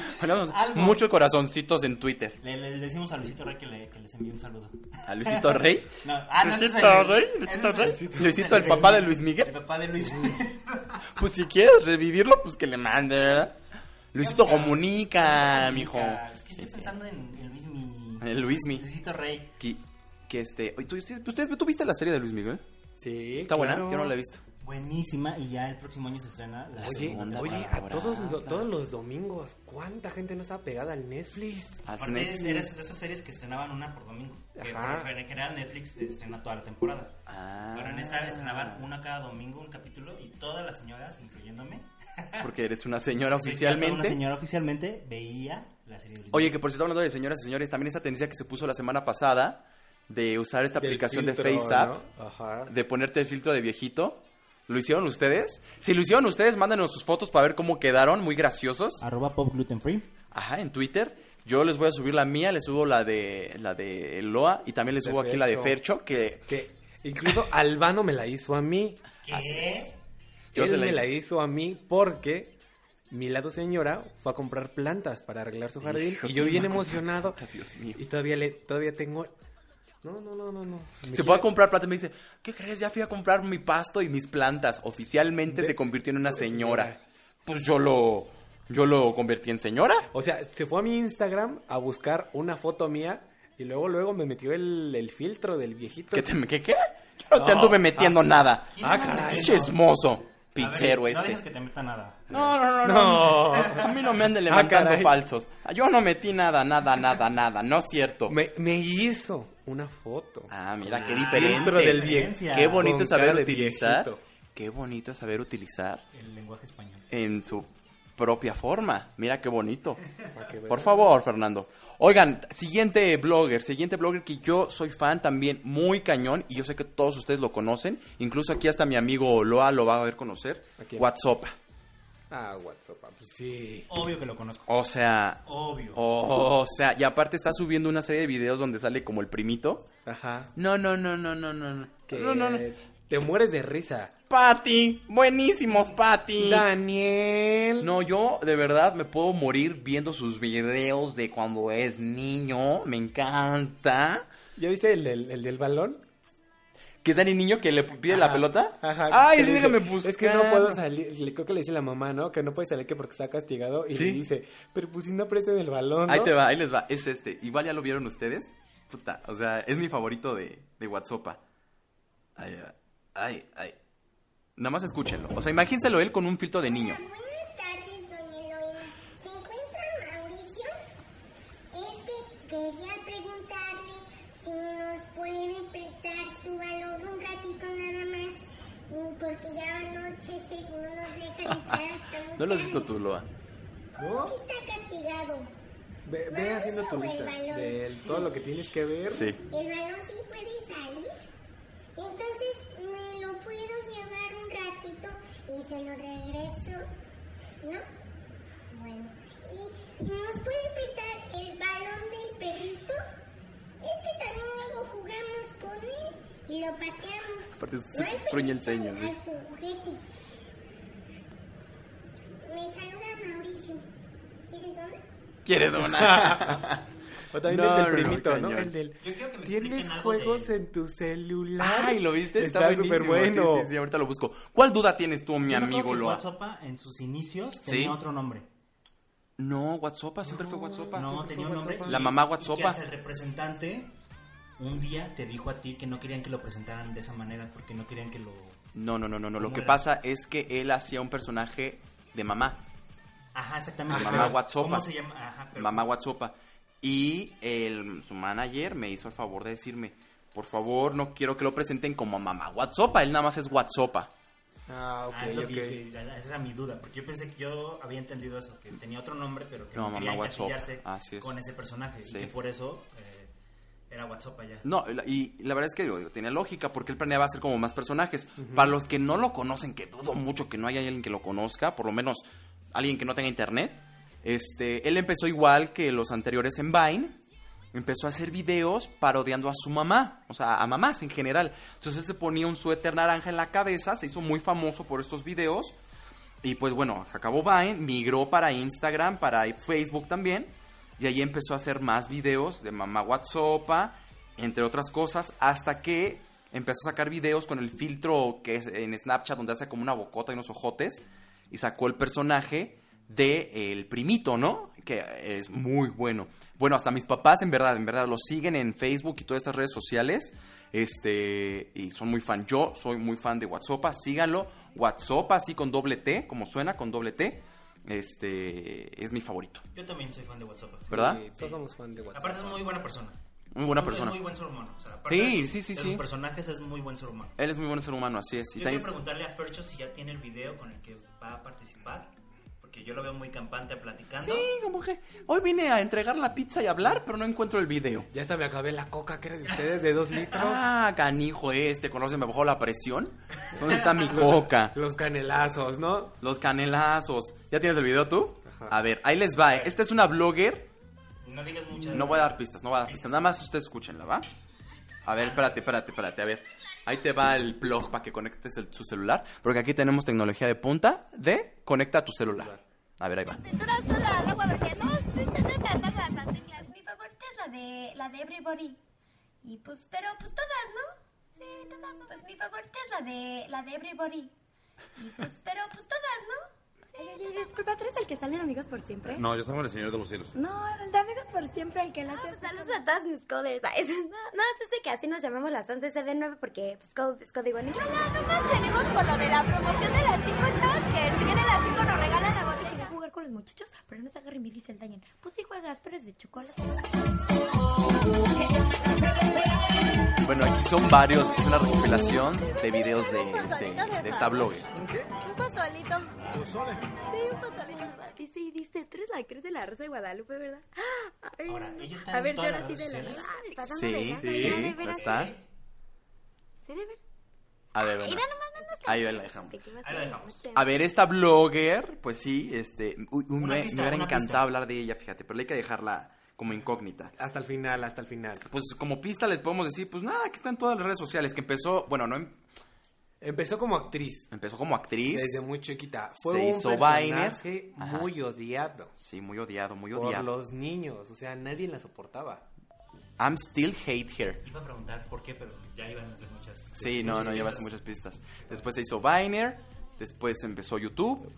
[SPEAKER 2] Ponemos
[SPEAKER 3] Algo.
[SPEAKER 2] muchos corazoncitos en Twitter.
[SPEAKER 3] Le, le- le decimos a Luisito Rey que, le- que les envíe un saludo.
[SPEAKER 2] A Luisito Rey.
[SPEAKER 3] No, ah, no, ese es
[SPEAKER 2] Luisito
[SPEAKER 3] el-
[SPEAKER 2] Rey,
[SPEAKER 3] ese
[SPEAKER 2] Luisito
[SPEAKER 3] es
[SPEAKER 2] Rey.
[SPEAKER 3] ese es
[SPEAKER 2] Luisito, el papá de Luis Miguel.
[SPEAKER 3] El papá de Luis Miguel.
[SPEAKER 2] Pues si quieres revivirlo, pues que le mande, ¿verdad? Luisito comunica, Ah, mijo.
[SPEAKER 3] Ah, Es que estoy pensando en, en Luis Mi.
[SPEAKER 2] En Luismi.
[SPEAKER 3] Luisito Rey.
[SPEAKER 2] Que, que este. oye, ¿tú, ustedes- ¿ustedes, ¿Tú viste la serie de Luis Miguel?
[SPEAKER 4] Sí.
[SPEAKER 2] ¿Está buena?
[SPEAKER 4] claro.
[SPEAKER 2] Yo no la he visto.
[SPEAKER 3] Buenísima. Y ya el próximo año se estrena la
[SPEAKER 4] Oye,
[SPEAKER 3] segunda.
[SPEAKER 4] oye, a
[SPEAKER 2] temporada.
[SPEAKER 4] todos, los- todos los domingos, ¿cuánta gente no está pegada al Netflix?
[SPEAKER 2] Haz
[SPEAKER 3] Aparte, es-
[SPEAKER 2] Netflix.
[SPEAKER 3] eras de esas series que estrenaban una por domingo. Que
[SPEAKER 4] Ajá.
[SPEAKER 3] por en general Netflix estrena toda la temporada.
[SPEAKER 2] Ah.
[SPEAKER 3] Pero en esta estrenaban una cada domingo, un capítulo. Y todas las señoras, incluyéndome.
[SPEAKER 2] Ah, Porque eres una señora
[SPEAKER 3] Una
[SPEAKER 2] oficialmente.
[SPEAKER 3] señora oficialmente veía la serie de Luis
[SPEAKER 2] Oye, que por cierto, hablando de señoras y señores, también esa tendencia que se puso la semana pasada de usar esta
[SPEAKER 4] Del
[SPEAKER 2] aplicación
[SPEAKER 4] filtro,
[SPEAKER 2] de FaceApp,
[SPEAKER 4] ¿no? Ajá.
[SPEAKER 2] de ponerte el filtro de viejito. ¿Lo hicieron ustedes? Si lo hicieron ustedes, mándenos sus fotos para ver cómo quedaron, muy graciosos.
[SPEAKER 3] Arroba pop gluten free.
[SPEAKER 2] Ajá, en Twitter. Yo les voy a subir la mía, les subo la de la de Loa y también les
[SPEAKER 4] De
[SPEAKER 2] subo aquí la de
[SPEAKER 4] Fercho.
[SPEAKER 2] Fercho, que
[SPEAKER 4] Que incluso Albano me la hizo a mí.
[SPEAKER 3] ¿Qué?
[SPEAKER 2] Yo se
[SPEAKER 4] Él
[SPEAKER 2] la
[SPEAKER 4] me
[SPEAKER 2] hice.
[SPEAKER 4] la hizo a mí porque mi lado señora fue a comprar plantas para arreglar su jardín
[SPEAKER 2] Hijo,
[SPEAKER 4] y yo
[SPEAKER 2] ¿quién
[SPEAKER 4] bien
[SPEAKER 2] va a comprar
[SPEAKER 4] emocionado
[SPEAKER 2] plantas? Dios mío.
[SPEAKER 4] y todavía le todavía tengo No, no, no, no, no. Me
[SPEAKER 2] Se fue a comprar plata y me dice, ¿qué crees? Ya fui a comprar mi pasto y mis plantas. Oficialmente se convirtió en una señora. Pues yo lo, yo lo convertí en señora.
[SPEAKER 4] O sea, se fue a mi Instagram a buscar una foto mía y luego luego me metió el, el filtro del viejito.
[SPEAKER 2] ¿Qué? Te, ¿qué, qué? Yo no te anduve metiendo nada.
[SPEAKER 3] ¿Quién anda metiendo?
[SPEAKER 2] Chismoso,
[SPEAKER 3] A ver,
[SPEAKER 2] pizzero
[SPEAKER 3] No dejes
[SPEAKER 2] este.
[SPEAKER 3] que te meta nada.
[SPEAKER 2] No, no, no,
[SPEAKER 4] No.
[SPEAKER 2] no. A mí no me anden
[SPEAKER 4] Ah,
[SPEAKER 2] levantando
[SPEAKER 4] caray.
[SPEAKER 2] falsos. Yo no metí nada, nada, nada, nada. No es cierto.
[SPEAKER 4] Me, me hizo una foto.
[SPEAKER 2] Ah, mira, qué
[SPEAKER 3] Ah,
[SPEAKER 2] diferente.
[SPEAKER 4] dentro del
[SPEAKER 3] diferencia.
[SPEAKER 2] Qué bonito
[SPEAKER 4] Con
[SPEAKER 2] saber
[SPEAKER 4] cara de
[SPEAKER 2] utilizar.
[SPEAKER 4] viejito.
[SPEAKER 2] Qué bonito saber utilizar
[SPEAKER 3] El lenguaje español.
[SPEAKER 2] en su propia forma. Mira qué bonito.
[SPEAKER 4] Para que vean.
[SPEAKER 2] Por favor, Fernando. Oigan, siguiente blogger, siguiente blogger que yo soy fan también, muy cañón, y yo sé que todos ustedes lo conocen, incluso aquí hasta mi amigo Loa lo va a ver conocer,
[SPEAKER 4] ¿A quién?
[SPEAKER 2] WhatsApp.
[SPEAKER 4] Ah, WhatsApp. ah, Pues sí.
[SPEAKER 3] Obvio que lo conozco.
[SPEAKER 2] O sea,
[SPEAKER 3] Obvio.
[SPEAKER 2] Oh, o sea, y aparte está subiendo una serie de videos donde sale como el primito.
[SPEAKER 4] Ajá.
[SPEAKER 2] No, no, no, no, no, no, no.
[SPEAKER 4] Que
[SPEAKER 2] No, no, no.
[SPEAKER 4] Te mueres de risa.
[SPEAKER 2] Patty, buenísimos, Patty.
[SPEAKER 4] Daniel.
[SPEAKER 2] No, yo de verdad me puedo morir viendo sus videos de cuando es niño. Me encanta.
[SPEAKER 4] ¿Ya viste el, del- el del balón?
[SPEAKER 2] ¿Que es Dani Niño que le pide la
[SPEAKER 4] Ajá.
[SPEAKER 2] pelota?
[SPEAKER 4] Ajá.
[SPEAKER 2] Ay,
[SPEAKER 4] que
[SPEAKER 2] sí,
[SPEAKER 4] le dice,
[SPEAKER 2] déjame buscar.
[SPEAKER 4] Es que no puedo salir. Le, creo que le dice la mamá, ¿no? Que no puede salir que porque está castigado. Y
[SPEAKER 2] Sí.
[SPEAKER 4] le dice, pero pues si no presten el balón.
[SPEAKER 2] Ahí
[SPEAKER 4] ¿no?".
[SPEAKER 2] te va, ahí les va. Es este. Igual ya lo vieron ustedes. Puta, o sea, es mi favorito de, de WhatsApp. Ay, ay, ay. Nada más escúchenlo. O sea, imagínenselo él con un filtro de niño.
[SPEAKER 10] Buenas tardes, doña Eloína. ¿Se encuentra Mauricio? Es que quería preguntarle si nos puede prestar su valor un ratito nada más, mm, porque ya anochece y no nos dejan estar hasta muy
[SPEAKER 2] No lo has visto
[SPEAKER 10] tarde.
[SPEAKER 2] tú, Loa.
[SPEAKER 4] ¿No?
[SPEAKER 10] Aquí está castigado.
[SPEAKER 4] Ve, ve haciendo tu
[SPEAKER 10] Vamos a
[SPEAKER 4] lista
[SPEAKER 10] ver el balón.
[SPEAKER 4] de todo lo que tienes que ver.
[SPEAKER 2] Sí.
[SPEAKER 10] El balón sí puede salir. Entonces me lo puedo llevar un ratito y se lo regreso. ¿No? Bueno. ¿Y nos puede prestar el balón del perrito? Es que también luego jugamos con él y lo pateamos.
[SPEAKER 2] Aparte, sí,
[SPEAKER 10] al
[SPEAKER 2] truñe el
[SPEAKER 10] perrito,
[SPEAKER 2] ceño, ¿eh?
[SPEAKER 10] al
[SPEAKER 2] sí.
[SPEAKER 10] juguete. Me saluda Mauricio. ¿Quieres dólar?
[SPEAKER 2] Quiere donar.
[SPEAKER 4] O también
[SPEAKER 2] No,
[SPEAKER 4] el
[SPEAKER 2] no,
[SPEAKER 4] del primito, ¿no?
[SPEAKER 2] cañón.
[SPEAKER 4] El del.
[SPEAKER 3] Yo quiero que me
[SPEAKER 4] Tienes
[SPEAKER 3] expliquen algo
[SPEAKER 4] juegos
[SPEAKER 3] de-
[SPEAKER 4] en tu celular.
[SPEAKER 2] Ay, ¿lo viste?
[SPEAKER 4] Está,
[SPEAKER 2] buenísimo.
[SPEAKER 4] súper bueno.
[SPEAKER 2] Sí, sí, sí, ahorita lo busco. ¿Cuál duda tienes tú, mi
[SPEAKER 3] Yo me acuerdo
[SPEAKER 2] amigo
[SPEAKER 3] que
[SPEAKER 2] Loa?
[SPEAKER 3] WhatsApp en sus inicios
[SPEAKER 2] Sí.
[SPEAKER 3] tenía otro nombre.
[SPEAKER 2] No, WhatsApp, siempre fue WhatsApp.
[SPEAKER 3] No, tenía un nombre.
[SPEAKER 2] La
[SPEAKER 3] y-
[SPEAKER 2] mamá
[SPEAKER 3] y que
[SPEAKER 2] WhatsApp.
[SPEAKER 3] hasta el representante un día te dijo a ti que no querían que lo presentaran de esa manera porque no querían que lo...
[SPEAKER 2] No, no, no, no, no. Lo
[SPEAKER 3] ¿Cómo
[SPEAKER 2] que
[SPEAKER 3] era?
[SPEAKER 2] pasa es que él hacía un personaje de mamá,
[SPEAKER 3] Ajá, exactamente.
[SPEAKER 2] Mamá
[SPEAKER 3] pero
[SPEAKER 2] WhatsApp.
[SPEAKER 3] ¿Cómo se llama? Ajá, pero-
[SPEAKER 2] mamá Guatsopa. Y el, su manager me hizo el favor de decirme, por favor, no quiero que lo presenten como mamá Guatsopa, él nada más es Guatsopa.
[SPEAKER 4] Ah,
[SPEAKER 3] Ah, es
[SPEAKER 4] ok,
[SPEAKER 3] lo
[SPEAKER 4] ok.
[SPEAKER 3] que- esa era mi duda, porque yo pensé que yo había entendido eso, que tenía otro nombre, pero que
[SPEAKER 2] No,
[SPEAKER 3] no,
[SPEAKER 2] mamá,
[SPEAKER 3] quería
[SPEAKER 2] WhatsApp.
[SPEAKER 3] encasillarse
[SPEAKER 2] Así es.
[SPEAKER 3] con ese personaje,
[SPEAKER 2] Sí.
[SPEAKER 3] y que por eso eh, era WhatsApp ya.
[SPEAKER 2] No, la- y la verdad es que digo, digo, tenía lógica porque él planeaba hacer como más personajes. Para los que no lo conocen, que dudo mucho que no haya alguien que lo conozca, por lo menos alguien que no tenga internet, este, él empezó igual que los anteriores en Vine. Empezó a hacer videos parodiando a su mamá, o sea, a mamás en general. Entonces él se ponía un suéter naranja en la cabeza, se hizo muy famoso por estos videos. Y pues bueno, se acabó Vine, migró para Instagram, para Facebook también. Y ahí empezó a hacer más videos de mamá WhatsApp, entre otras cosas, hasta que empezó a sacar videos con el filtro que es en Snapchat, donde hace como una bocota y unos ojotes. Y sacó el personaje de el primito, ¿no? Que es muy bueno. Bueno, hasta mis papás, en verdad, en verdad, lo siguen en Facebook y todas esas redes sociales. Este, y son muy fan. Yo soy muy fan de WhatsApp. Síganlo. WhatsApp, así con doble T, como suena, con doble T. Este, es mi favorito.
[SPEAKER 3] Yo también soy fan de WhatsApp.
[SPEAKER 2] ¿Verdad?
[SPEAKER 4] Sí, todos somos fan de WhatsApp.
[SPEAKER 3] Aparte es muy buena persona.
[SPEAKER 2] Muy buena
[SPEAKER 3] Es-
[SPEAKER 2] persona.
[SPEAKER 3] Es muy buen ser humano. O sea, aparte
[SPEAKER 2] Sí,
[SPEAKER 3] de-
[SPEAKER 2] sí, sí,
[SPEAKER 3] de
[SPEAKER 2] sí.
[SPEAKER 3] sus personajes es muy buen ser humano.
[SPEAKER 2] Él es muy buen ser humano, así es. Y
[SPEAKER 3] Yo
[SPEAKER 2] también-
[SPEAKER 3] quiero preguntarle a Fercho si ya tiene el video con el que va a participar, porque yo lo veo muy campante platicando.
[SPEAKER 2] Sí, como que hoy vine a entregar la pizza y hablar, pero no encuentro el video.
[SPEAKER 4] Ya hasta me acabé la coca que era de ustedes de dos litros.
[SPEAKER 2] Ah, canijo este, conoce, me bajó la presión. ¿Dónde está mi coca?
[SPEAKER 4] Los canelazos, ¿no?
[SPEAKER 2] Los canelazos. ¿Ya tienes el video tú? A ver, ahí les va. eh. Esta es una blogger.
[SPEAKER 3] No digas muchas
[SPEAKER 2] No voy a dar pistas, no voy a dar pistas. Nada más ustedes escúchenla, ¿va? A ver, espérate, espérate, espérate. A ver, ahí te va el blog para que conectes el- su celular. Porque aquí tenemos tecnología de punta de conecta a tu celular. A ver, ahí va.
[SPEAKER 10] agua porque no, Mi favorita es la de, la de Everybody.
[SPEAKER 11] Y pues, pero pues todas, ¿no? Sí, todas, ¿no? Pues mi favorita es la de, la de Everybody. Y pues, pero pues todas, ¿no?
[SPEAKER 9] disculpa, ¿tú eres el que sale en Amigos por Siempre?
[SPEAKER 12] No, yo soy el señor de los cielos.
[SPEAKER 9] No, el de Amigos por Siempre, el que la hace...
[SPEAKER 11] Saludos a todas mis coders. ¿sabes? No, no, es de que así nos llamamos las 11 de 9 porque pues, code- es código en inglés. nada más venimos por lo de la promoción de las 5 chavas que si vienen las 5 nos regalan la botella. Quiero jugar con los muchachos, pero no se agarren y me dicen dañen. Pues sí juegas, pero es de chocolate.
[SPEAKER 2] Bueno, aquí son varios. Es una recopilación de videos de, este- de esta blogger.
[SPEAKER 11] Un pozolito. Sí, un pozolito. Y sí, diste, tú eres la cruz de la Rosa de Guadalupe, ¿verdad? Ay,
[SPEAKER 3] Ahora,
[SPEAKER 11] no.
[SPEAKER 3] ella está
[SPEAKER 11] A
[SPEAKER 3] en
[SPEAKER 11] ver,
[SPEAKER 3] todas
[SPEAKER 11] yo ahora
[SPEAKER 3] las
[SPEAKER 11] sí
[SPEAKER 3] redes
[SPEAKER 11] de la
[SPEAKER 3] sociales.
[SPEAKER 11] Ah, me está dando de
[SPEAKER 2] Sí,
[SPEAKER 11] ganas,
[SPEAKER 2] sí,
[SPEAKER 11] ya, de
[SPEAKER 2] ¿no
[SPEAKER 11] veras.
[SPEAKER 2] está?
[SPEAKER 11] Sí, de veras.
[SPEAKER 2] A ver,
[SPEAKER 11] Mira
[SPEAKER 2] bueno.
[SPEAKER 11] nomás, no, no, está
[SPEAKER 2] Ahí
[SPEAKER 11] bien.
[SPEAKER 2] la dejamos.
[SPEAKER 11] ¿Qué más
[SPEAKER 3] Ahí la
[SPEAKER 11] hay?
[SPEAKER 3] dejamos.
[SPEAKER 11] No sé.
[SPEAKER 2] A ver, esta blogger, pues sí, este, uy, uy,
[SPEAKER 3] Una
[SPEAKER 2] me,
[SPEAKER 3] pista,
[SPEAKER 2] me hubiera
[SPEAKER 3] una
[SPEAKER 2] encantado
[SPEAKER 3] pista.
[SPEAKER 2] hablar de ella, fíjate, pero hay que dejarla como incógnita.
[SPEAKER 4] Hasta el final, hasta el final.
[SPEAKER 2] Pues como pista les podemos decir, pues nada, que está en todas las redes sociales, que empezó, bueno, no, em-
[SPEAKER 4] Empezó como actriz.
[SPEAKER 2] empezó como actriz.
[SPEAKER 4] Desde muy chiquita. Fue
[SPEAKER 2] Se
[SPEAKER 4] un
[SPEAKER 2] hizo
[SPEAKER 4] personaje
[SPEAKER 2] Viner. Ajá.
[SPEAKER 4] muy odiado.
[SPEAKER 2] Sí, muy odiado, muy
[SPEAKER 4] Por
[SPEAKER 2] odiado.
[SPEAKER 4] los niños. O sea, nadie la soportaba.
[SPEAKER 2] I'm still hate her.
[SPEAKER 3] Iba a preguntar por qué, pero ya iban a hacer muchas.
[SPEAKER 2] Sí, no, no llevas muchas pistas. Después se hizo Viner, después empezó YouTube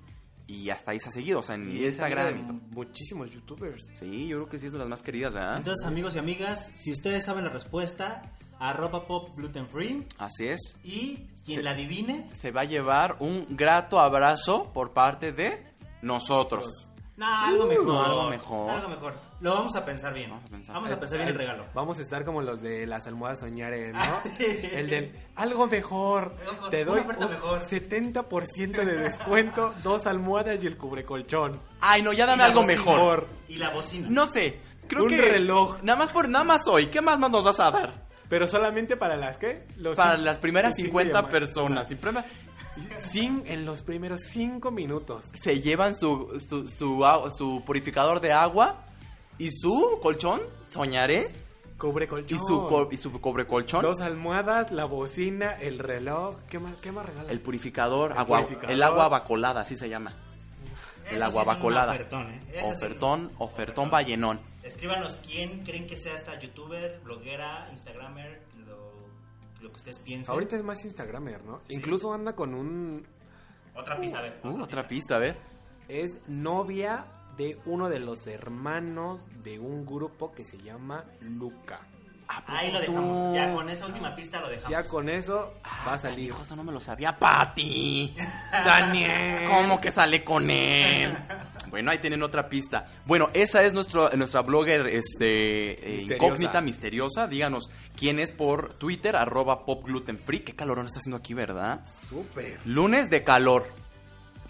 [SPEAKER 2] y hasta ahí se ha seguido, o sea, en
[SPEAKER 4] es amiga
[SPEAKER 2] Instagram
[SPEAKER 4] de
[SPEAKER 2] y todo.
[SPEAKER 4] Muchísimos youtubers.
[SPEAKER 2] Sí, yo creo que sí es de las más queridas, ¿verdad?
[SPEAKER 3] Entonces, amigos y amigas, si ustedes saben la respuesta, arroba pop gluten free
[SPEAKER 2] Así es.
[SPEAKER 3] y quien
[SPEAKER 2] Sí.
[SPEAKER 3] la adivine.
[SPEAKER 2] Se va a llevar un grato abrazo por parte de nosotros.
[SPEAKER 3] No, algo mejor.
[SPEAKER 2] algo mejor.
[SPEAKER 3] Uh, Algo mejor. Lo vamos a pensar bien. Vamos a pensar,
[SPEAKER 2] Eh,
[SPEAKER 3] bien el regalo.
[SPEAKER 4] Vamos a estar como los de las almohadas soñares, ¿no? el del algo mejor.
[SPEAKER 3] Algo-
[SPEAKER 4] Te
[SPEAKER 3] una
[SPEAKER 4] doy
[SPEAKER 3] oferta
[SPEAKER 4] un
[SPEAKER 3] mejor.
[SPEAKER 4] 70% de descuento, dos almohadas y el cubrecolchón.
[SPEAKER 2] Ay, no, ya dame
[SPEAKER 3] Y la
[SPEAKER 2] algo
[SPEAKER 3] bocina.
[SPEAKER 2] mejor.
[SPEAKER 3] Y la bocina.
[SPEAKER 2] No sé, creo
[SPEAKER 4] Un
[SPEAKER 2] que
[SPEAKER 4] reloj.
[SPEAKER 2] Nada más por nada más hoy. ¿Qué más nos vas a dar?
[SPEAKER 4] Pero solamente para las que? Los
[SPEAKER 2] Para
[SPEAKER 4] cin-
[SPEAKER 2] las primeras
[SPEAKER 4] los cinco
[SPEAKER 2] 50
[SPEAKER 4] llamadas.
[SPEAKER 2] personas. Sin problema,
[SPEAKER 4] Cin- en los primeros 5 minutos.
[SPEAKER 2] se llevan su, su, su agua- su purificador de agua y su colchón, soñaré,
[SPEAKER 4] Cubrecolchón.
[SPEAKER 2] y su, co- y su cobre colchón.
[SPEAKER 4] Dos almohadas, la bocina, el reloj. ¿Qué más, qué más regalan?
[SPEAKER 2] El purificador,
[SPEAKER 4] El
[SPEAKER 2] agua,
[SPEAKER 4] purificador.
[SPEAKER 2] el agua vacolada, así se llama.
[SPEAKER 3] Eso
[SPEAKER 2] El
[SPEAKER 3] sí
[SPEAKER 2] agua
[SPEAKER 3] es un
[SPEAKER 2] vacolada.
[SPEAKER 3] ofertón, ¿eh? Eso sí es un-
[SPEAKER 2] Ofertón, ofertón vallenón.
[SPEAKER 3] Escríbanos quién creen que sea esta youtuber, bloguera, instagramer, lo, lo que ustedes piensen.
[SPEAKER 4] Ahorita es más Instagramer, ¿no? Incluso anda con un.
[SPEAKER 3] Otra pista, a ver.
[SPEAKER 2] Uh, otra pista, a ver.
[SPEAKER 4] Es novia de uno de los hermanos de un grupo que se llama Luca.
[SPEAKER 3] Ahí lo dejamos. Ya con esa última pista lo dejamos.
[SPEAKER 4] Ya con eso
[SPEAKER 2] Ah,
[SPEAKER 4] va a salir.
[SPEAKER 2] Hijo, eso no me lo sabía, Pati.
[SPEAKER 4] Daniel.
[SPEAKER 2] ¿Cómo que sale con él? Bueno, ahí tienen otra pista. Bueno, esa es nuestro, nuestra blogger este, eh,
[SPEAKER 4] Misteriosa.
[SPEAKER 2] incógnita, misteriosa. Díganos quién es por Twitter, arroba popglutenfree. Qué calorón está haciendo aquí, ¿verdad?
[SPEAKER 4] Súper.
[SPEAKER 2] Lunes de calor.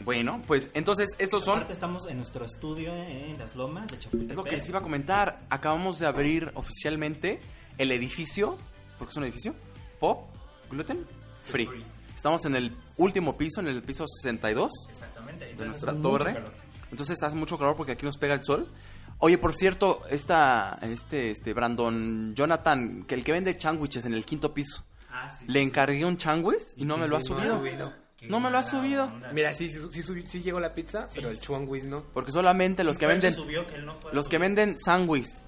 [SPEAKER 2] Bueno, pues entonces estos son...
[SPEAKER 3] Aparte estamos en nuestro estudio eh, en Las Lomas de
[SPEAKER 2] Es
[SPEAKER 3] Chapultepec.
[SPEAKER 2] lo que les iba a comentar. Acabamos de abrir oficialmente el edificio, porque es un edificio, Pop Gluten Free.
[SPEAKER 3] Free.
[SPEAKER 2] Estamos en el último piso, en el piso 62
[SPEAKER 3] Exactamente.
[SPEAKER 2] de
[SPEAKER 3] Entonces,
[SPEAKER 2] nuestra
[SPEAKER 3] mucho
[SPEAKER 2] torre.
[SPEAKER 3] calor.
[SPEAKER 2] Entonces hace mucho calor porque aquí nos pega el sol. Oye, por cierto, esta, este, este, Brandon Jonathan, que el que vende sándwiches en el quinto piso,
[SPEAKER 3] Ah, sí, sí,
[SPEAKER 2] le
[SPEAKER 3] sí.
[SPEAKER 2] encargué un sándwich y no me lo ha
[SPEAKER 4] no ha
[SPEAKER 2] subido.
[SPEAKER 4] subido.
[SPEAKER 3] Qué
[SPEAKER 2] No me lo ha
[SPEAKER 3] mala
[SPEAKER 2] subido.
[SPEAKER 3] onda.
[SPEAKER 4] Mira, sí, sí, sí, sí, sí llegó la pizza, pero el chuanguis no.
[SPEAKER 2] Porque solamente los que
[SPEAKER 3] Pancho
[SPEAKER 2] venden...
[SPEAKER 3] subió que él no puede
[SPEAKER 2] Los que
[SPEAKER 3] subir.
[SPEAKER 2] venden sándwiches,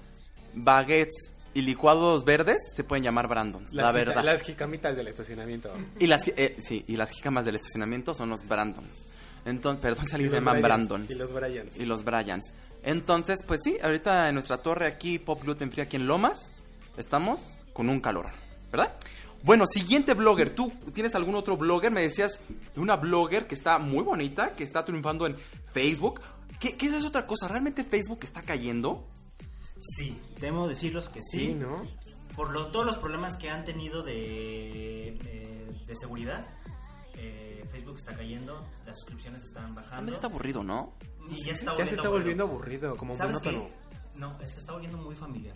[SPEAKER 2] baguettes y licuados verdes se pueden llamar Brandons, la
[SPEAKER 4] Las jita-
[SPEAKER 2] verdad.
[SPEAKER 4] Las jicamitas del estacionamiento.
[SPEAKER 2] Y las ji- eh, sí, y las jicamas del estacionamiento son los Brandons. Entonces, perdón, salí
[SPEAKER 4] Y
[SPEAKER 2] se
[SPEAKER 4] los
[SPEAKER 2] llaman
[SPEAKER 4] Bryans,
[SPEAKER 2] Brandons.
[SPEAKER 4] Y los Bryans.
[SPEAKER 2] Y los Bryans. Entonces, pues sí, ahorita en nuestra torre aquí, Pop Gluten Free aquí en Lomas, estamos con un calor, ¿verdad? Bueno, siguiente blogger. ¿Tú tienes algún otro blogger? Me decías de una blogger que está muy bonita, que está triunfando en Facebook. ¿Qué, qué es otra cosa? ¿Realmente Facebook está cayendo?
[SPEAKER 3] Sí, debo decirlos que sí.
[SPEAKER 4] Sí, ¿no?
[SPEAKER 3] Por lo- todos los problemas que han tenido de, eh, de seguridad, eh, Facebook está cayendo, las suscripciones están
[SPEAKER 2] A
[SPEAKER 3] bajando.
[SPEAKER 2] mí Ah, está aburrido, ¿no?
[SPEAKER 3] y ya, está
[SPEAKER 4] Ya se está volviendo
[SPEAKER 3] aburrido.
[SPEAKER 4] aburrido, como
[SPEAKER 3] ¿Sabes
[SPEAKER 4] monótono.
[SPEAKER 3] qué? No, se está volviendo muy familiar.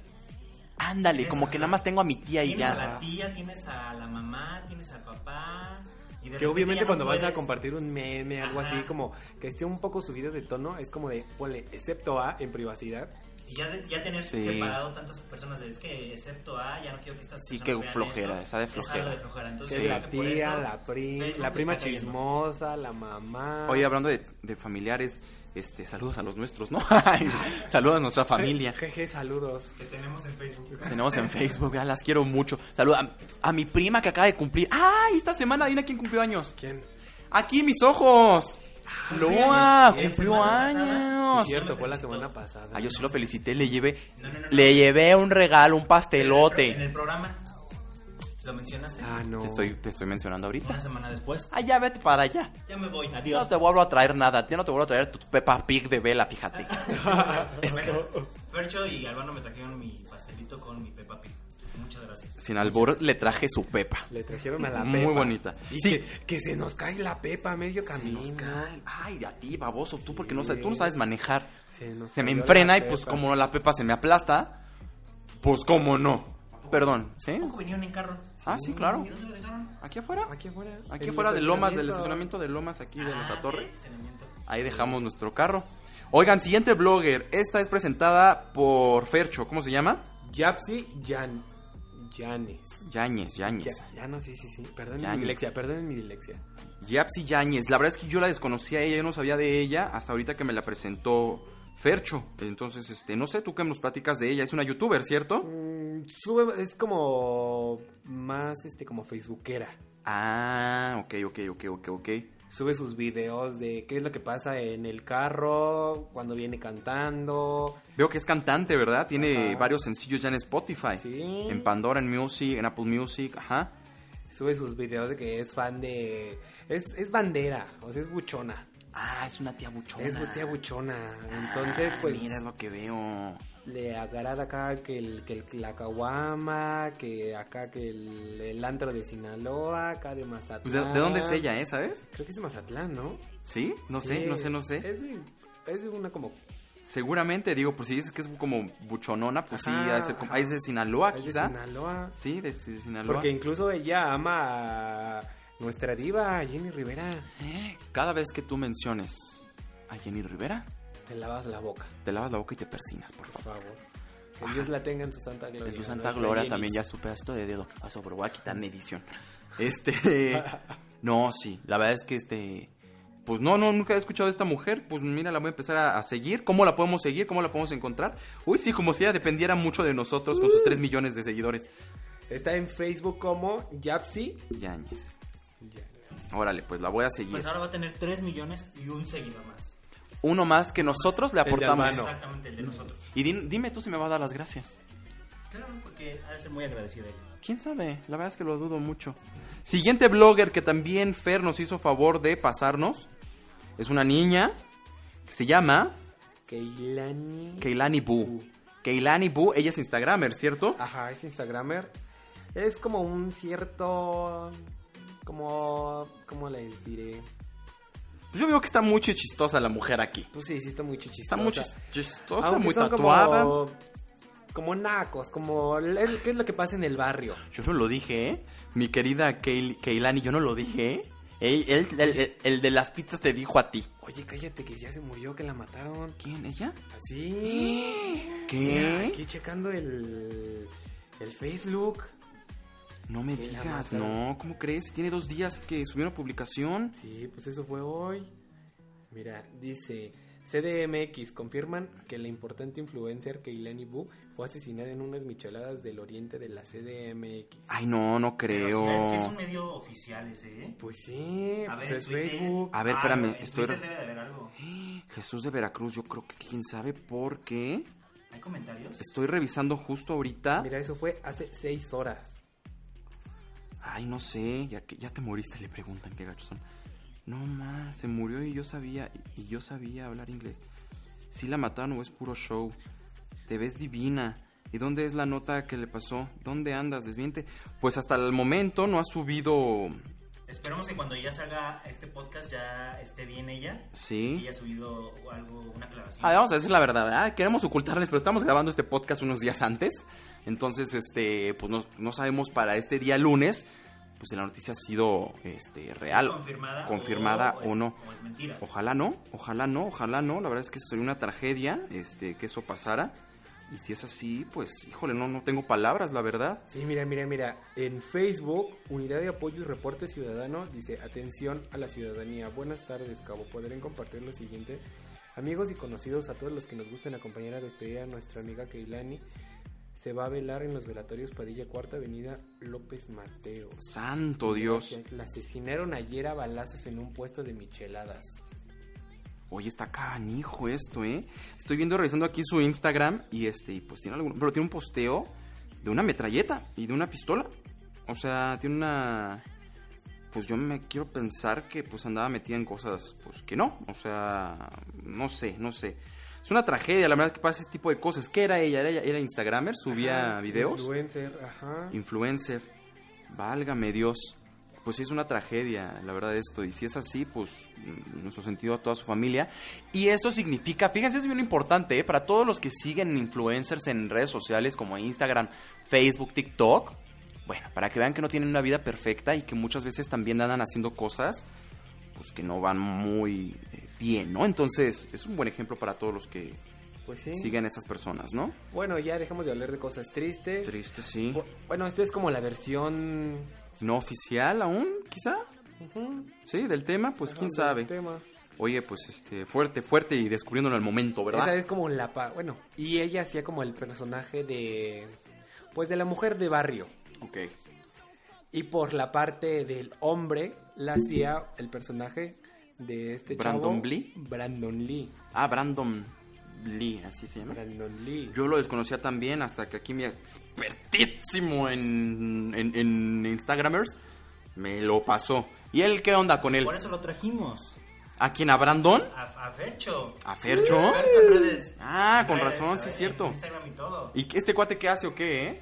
[SPEAKER 2] Ándale, como que nada más tengo a mi tía y
[SPEAKER 3] Tienes a
[SPEAKER 2] ya.
[SPEAKER 3] la tía, tienes a la mamá, tienes al papá. Y de repente
[SPEAKER 4] Que
[SPEAKER 3] ya
[SPEAKER 4] obviamente
[SPEAKER 3] no
[SPEAKER 4] cuando vas a
[SPEAKER 3] puedes-
[SPEAKER 4] compartir un meme, algo
[SPEAKER 3] Ajá.
[SPEAKER 4] así, como que esté un poco subido de tono, es como de, ponle, excepto A, en privacidad.
[SPEAKER 3] Y ya, de- ya tener
[SPEAKER 2] Sí.
[SPEAKER 3] separado tantas personas de, es que excepto a, ya no quiero que estas
[SPEAKER 2] Sí,
[SPEAKER 3] personas
[SPEAKER 2] que
[SPEAKER 3] vean
[SPEAKER 2] flojera,
[SPEAKER 3] esto".
[SPEAKER 2] está de
[SPEAKER 3] Es algo
[SPEAKER 2] flojera.
[SPEAKER 3] de flojera. Entonces,
[SPEAKER 4] Que
[SPEAKER 2] Sí.
[SPEAKER 3] creo
[SPEAKER 4] La
[SPEAKER 3] que por
[SPEAKER 4] tía,
[SPEAKER 3] eso
[SPEAKER 4] la, pri-
[SPEAKER 3] Facebook
[SPEAKER 4] la prima
[SPEAKER 3] está cayendo.
[SPEAKER 4] chismosa, la mamá.
[SPEAKER 2] Oye, hablando de, de familiares, Este, saludos a los nuestros, ¿no? saludos a nuestra familia.
[SPEAKER 4] Jeje, saludos.
[SPEAKER 12] Que tenemos en Facebook.
[SPEAKER 2] Tenemos en Facebook, ya las quiero mucho. Saludos a, a mi prima que acaba de cumplir. ¡Ay! Esta semana adivina quién cumplió años.
[SPEAKER 4] ¿Quién?
[SPEAKER 2] ¡Aquí mis ojos!
[SPEAKER 3] Ah,
[SPEAKER 2] Loa,
[SPEAKER 4] es- es
[SPEAKER 2] cumplió
[SPEAKER 4] Ah, semana
[SPEAKER 2] años.
[SPEAKER 4] pasada. Sí, cierto, fue la semana pasada.
[SPEAKER 2] Ah, yo sí lo felicité, le llevé, le llevé un regalo, un pastelote.
[SPEAKER 3] En el programa. ¿Lo mencionaste?
[SPEAKER 4] Ah, no.
[SPEAKER 2] Te estoy, te estoy mencionando ahorita.
[SPEAKER 3] Una semana después.
[SPEAKER 2] Ah, ya vete para allá.
[SPEAKER 3] Ya me voy.
[SPEAKER 2] Yo
[SPEAKER 3] Adiós.
[SPEAKER 2] no te vuelvo a traer nada, yo no te vuelvo a traer tu Peppa Pig de vela, fíjate.
[SPEAKER 3] Bueno, Fercho y Albano me trajeron mi pastelito con mi Peppa Pig. Muchas gracias.
[SPEAKER 2] Sin albur le traje su Pepa.
[SPEAKER 4] Le trajeron a la
[SPEAKER 2] Muy
[SPEAKER 4] pepa.
[SPEAKER 2] bonita.
[SPEAKER 4] Y
[SPEAKER 2] Sí.
[SPEAKER 4] que, que se nos cae la pepa a medio camino.
[SPEAKER 2] Ay, a ti, baboso, tú porque no sabes, tú no sabes manejar.
[SPEAKER 4] Se, nos
[SPEAKER 2] Se me
[SPEAKER 4] cayó
[SPEAKER 2] enfrena
[SPEAKER 4] la
[SPEAKER 2] y pues
[SPEAKER 4] pepa.
[SPEAKER 2] como la Pepa se me aplasta, pues como no. Perdón, ¿sí?
[SPEAKER 3] ¿Cómo vinieron en carro?
[SPEAKER 2] Ah, sí, claro.
[SPEAKER 3] ¿Y dónde lo dejaron?
[SPEAKER 2] Aquí afuera.
[SPEAKER 4] Aquí afuera.
[SPEAKER 2] Aquí
[SPEAKER 4] En
[SPEAKER 2] afuera
[SPEAKER 4] el
[SPEAKER 2] de Lomas, del
[SPEAKER 4] estacionamiento.
[SPEAKER 2] estacionamiento de Lomas, aquí de nuestra
[SPEAKER 3] Ah,
[SPEAKER 2] torre.
[SPEAKER 3] sí, cenamiento.
[SPEAKER 2] Ahí dejamos nuestro carro. Oigan, siguiente blogger. Esta es presentada por Fercho. ¿Cómo se llama?
[SPEAKER 4] Yapsi Yan. Yanes.
[SPEAKER 2] Yañez, Yañez.
[SPEAKER 4] Ya, ya no, sí, sí, sí. Perdón
[SPEAKER 2] Yanes.
[SPEAKER 4] mi dilexia, perdón mi dilexia.
[SPEAKER 2] Yapsi Yañez. La verdad es que yo la desconocía ella, yo no sabía de ella hasta ahorita que me la presentó Fercho. Entonces, este, no sé tú qué nos platicas de ella. Es una youtuber, ¿cierto?
[SPEAKER 4] Mm, Sube, es como más, este, como facebookera.
[SPEAKER 2] Ah, ok, ok, ok, ok, ok.
[SPEAKER 4] Sube sus videos de qué es lo que pasa en el carro, cuando viene cantando.
[SPEAKER 2] Veo que es cantante, ¿verdad? Tiene
[SPEAKER 4] Ajá.
[SPEAKER 2] varios sencillos ya en Spotify.
[SPEAKER 4] Sí.
[SPEAKER 2] En Pandora, en Music, en Apple Music, ajá.
[SPEAKER 4] Sube sus videos de que es fan de... Es, es bandera, o sea, es buchona.
[SPEAKER 2] Ah, es una tía buchona.
[SPEAKER 4] Es hostia buchona. Entonces,
[SPEAKER 2] Ah,
[SPEAKER 4] pues,
[SPEAKER 2] Mira lo que veo.
[SPEAKER 4] le agrada acá que, el, que el- la caguama, que acá que el, el antro de Sinaloa, acá de Mazatlán.
[SPEAKER 2] Pues, ¿de, de dónde es ella, eh? ¿Sabes?
[SPEAKER 4] Creo que es de Mazatlán, ¿no?
[SPEAKER 2] ¿Sí? No sé,
[SPEAKER 4] Sí.
[SPEAKER 2] no sé, no sé.
[SPEAKER 4] Es de, es de una como...
[SPEAKER 2] Seguramente, digo, pues si dices que es como buchonona, pues sí,
[SPEAKER 4] Ajá,
[SPEAKER 2] ha de ser como-
[SPEAKER 4] ajá.
[SPEAKER 2] ah, es de Sinaloa,
[SPEAKER 4] es de
[SPEAKER 2] quizá.
[SPEAKER 4] Sinaloa.
[SPEAKER 2] Sí, de, de Sinaloa.
[SPEAKER 4] Porque incluso ella ama a nuestra diva, Jenny Rivera.
[SPEAKER 2] Eh, Cada vez que tú menciones a Jenny Rivera,
[SPEAKER 4] Te lavas la boca,
[SPEAKER 2] te lavas la boca y te persinas, por
[SPEAKER 4] por
[SPEAKER 2] favor.
[SPEAKER 4] favor. Que Dios la tenga en su santa gloria.
[SPEAKER 2] En su santa
[SPEAKER 4] nuestra
[SPEAKER 2] gloria
[SPEAKER 4] Jenis.
[SPEAKER 2] también ya supe esto de dedo. A sobre voy a quitar mi edición. Este. no, sí. La verdad es que este. Pues no, no, nunca he escuchado de esta mujer. Pues mira, la voy a empezar a, a seguir. ¿Cómo la podemos seguir? ¿Cómo la podemos encontrar? Uy, sí, como si ella dependiera mucho de nosotros con sus 3 millones de seguidores.
[SPEAKER 4] Está en Facebook como Yapsi.
[SPEAKER 2] Yañez. Órale, pues la voy a seguir.
[SPEAKER 3] Pues ahora va a tener 3 millones y un seguidor más.
[SPEAKER 2] Uno más que nosotros le
[SPEAKER 4] de
[SPEAKER 2] aportamos.
[SPEAKER 4] Albano.
[SPEAKER 3] Exactamente el de nosotros.
[SPEAKER 2] Y din- dime tú si me va a dar las gracias.
[SPEAKER 3] Claro, porque ha de ser muy agradecida ella.
[SPEAKER 2] ¿Quién sabe? La verdad es que lo dudo mucho. Siguiente blogger que también Fer nos hizo favor de pasarnos. Es una niña que se llama
[SPEAKER 4] Keilani.
[SPEAKER 2] Keilani Bu. Keilani Bu, ella es Instagramer, ¿cierto?
[SPEAKER 4] Ajá, es Instagramer. Es como un cierto. Como. ¿Cómo les diré?
[SPEAKER 2] Pues yo veo que está muy chistosa la mujer aquí.
[SPEAKER 4] Pues sí, sí, está muy chistosa.
[SPEAKER 2] Está muy chis- chistosa,
[SPEAKER 4] Aunque
[SPEAKER 2] muy
[SPEAKER 4] son
[SPEAKER 2] tatuada.
[SPEAKER 4] Como, como nacos, como. el- ¿Qué es lo que pasa en el barrio?
[SPEAKER 2] Yo no lo dije, ¿eh? Mi querida Keil- Keilani, yo no lo dije, ¿eh? Ey, El, el- el- el de las pizzas te dijo a ti.
[SPEAKER 4] Oye, cállate que ya se murió, que la mataron.
[SPEAKER 2] ¿Quién? ¿Ella? ¿Eh?
[SPEAKER 4] Así. Mira,
[SPEAKER 2] ¿Qué?
[SPEAKER 4] Aquí checando el. El Facebook.
[SPEAKER 2] No me
[SPEAKER 4] Que la
[SPEAKER 2] digas,
[SPEAKER 4] mataron.
[SPEAKER 2] no. ¿Cómo crees? Tiene dos días que subió una publicación.
[SPEAKER 4] Sí, pues eso fue hoy. Mira, dice CDMX confirman que la importante influencer Keilani Bu fue asesinada en unas micheladas del oriente de la CDMX.
[SPEAKER 2] Ay, no, no
[SPEAKER 3] Pero
[SPEAKER 2] creo.
[SPEAKER 3] sí, es- sí es un medio oficial ese, ¿eh?
[SPEAKER 4] Pues sí,
[SPEAKER 3] A
[SPEAKER 4] pues
[SPEAKER 3] ver,
[SPEAKER 4] es
[SPEAKER 3] Twitter.
[SPEAKER 4] Facebook.
[SPEAKER 2] A ver,
[SPEAKER 3] Ah,
[SPEAKER 2] espérame,
[SPEAKER 3] no, en
[SPEAKER 2] estoy-
[SPEAKER 3] Twitter debe de haber algo.
[SPEAKER 2] Jesús de Veracruz, yo creo que quién sabe por qué.
[SPEAKER 3] ¿Hay comentarios?
[SPEAKER 2] Estoy revisando justo ahorita.
[SPEAKER 4] Mira, eso fue hace seis horas.
[SPEAKER 2] Ay, no sé, ya que ya te moriste, le preguntan qué gachos son. No más, se murió y yo sabía, y yo sabía hablar inglés. Si la mataron o es puro show. Te ves divina. ¿Y dónde es la nota que le pasó? ¿Dónde andas? Desmiente. Pues hasta el momento no ha subido.
[SPEAKER 3] Esperemos que cuando ya salga este podcast ya esté bien ella. Y
[SPEAKER 2] Sí.
[SPEAKER 3] haya subido algo, una aclaración.
[SPEAKER 2] Ah, vamos a decir la verdad, ¿verdad? queremos ocultarles, pero estamos grabando este podcast unos días antes. Entonces, este, pues no, no sabemos para este día lunes, pues si la noticia ha sido este, real,
[SPEAKER 3] confirmada,
[SPEAKER 2] confirmada o,
[SPEAKER 3] es-
[SPEAKER 2] no.
[SPEAKER 3] O es mentira.
[SPEAKER 2] Ojalá no, ojalá no, ojalá no. La verdad es que sería una tragedia este, que eso pasara. Y si es así, pues, híjole, no, no tengo palabras, la verdad.
[SPEAKER 4] Sí, mira, mira, mira. En Facebook, Unidad de Apoyo y Reporte Ciudadano dice, atención a la ciudadanía. Buenas tardes, Cabo. ¿Podrían compartir lo siguiente? Amigos y conocidos, a todos los que nos gusten acompañar a despedir a nuestra amiga Keilani, se va a velar en los velatorios Padilla Cuarta Avenida López Mateo.
[SPEAKER 2] Santo Oh, Dios.
[SPEAKER 4] Gracias. La asesinaron ayer a balazos en un puesto de micheladas.
[SPEAKER 2] Oye, está canijo esto, ¿eh? Estoy viendo, revisando aquí su Instagram y este, y pues tiene algún, pero tiene un posteo de una metralleta y de una pistola. O sea, tiene una, pues yo me quiero pensar que pues andaba metida en cosas, pues que no. O sea, no sé, no sé. Es una tragedia, la verdad que pasa este tipo de cosas. ¿Qué era ella? ¿Era, ella- era Instagramer? ¿Subía
[SPEAKER 4] Ajá,
[SPEAKER 2] videos?
[SPEAKER 4] Influencer, ajá.
[SPEAKER 2] Influencer. Válgame Dios. Pues sí es una tragedia, la verdad, esto. Y si es así, pues mm, nuestro sentido a toda su familia. Y esto significa, fíjense, es bien importante, ¿eh? para todos los que siguen influencers en redes sociales como Instagram, Facebook, TikTok. Bueno, para que vean que no tienen una vida perfecta y que muchas veces también andan haciendo cosas pues que no van muy eh, bien, ¿no? Entonces, es un buen ejemplo para todos los que
[SPEAKER 4] Pues sí.
[SPEAKER 2] siguen a estas personas, ¿no?
[SPEAKER 4] Bueno, ya dejamos de hablar de cosas tristes.
[SPEAKER 2] Triste, sí.
[SPEAKER 4] Bueno, esta es como la versión...
[SPEAKER 2] No oficial aún, quizá. Sí, del tema, pues quién sabe.
[SPEAKER 4] Tema.
[SPEAKER 2] Oye, pues este, fuerte, fuerte y descubriéndolo al momento, ¿verdad?
[SPEAKER 4] Esa es como la... pa- Bueno, y ella hacía como el personaje de... Pues de la mujer de barrio.
[SPEAKER 2] Ok.
[SPEAKER 4] Y por la parte del hombre la hacía el personaje de este
[SPEAKER 2] ¿Brandon
[SPEAKER 4] chavo,
[SPEAKER 2] Lee?
[SPEAKER 4] Brandon Lee.
[SPEAKER 2] Ah, Brandon Lee, así se llama.
[SPEAKER 4] Brandon Lee.
[SPEAKER 2] ¿Mm? Yo lo desconocía también hasta que aquí mi expertísimo en, en, en Instagramers me lo pasó. ¿Y él qué onda con él?
[SPEAKER 3] Por eso lo trajimos.
[SPEAKER 2] ¿A quién? ¿A Brandon?
[SPEAKER 3] A, a Fercho.
[SPEAKER 2] ¿A Fercho?
[SPEAKER 3] Experto en redes.
[SPEAKER 2] Ah, con
[SPEAKER 3] En redes,
[SPEAKER 2] razón,
[SPEAKER 3] a
[SPEAKER 2] sí es
[SPEAKER 3] ver,
[SPEAKER 2] cierto.
[SPEAKER 3] en Instagram y todo.
[SPEAKER 2] ¿Y qué- este cuate qué hace o qué, eh?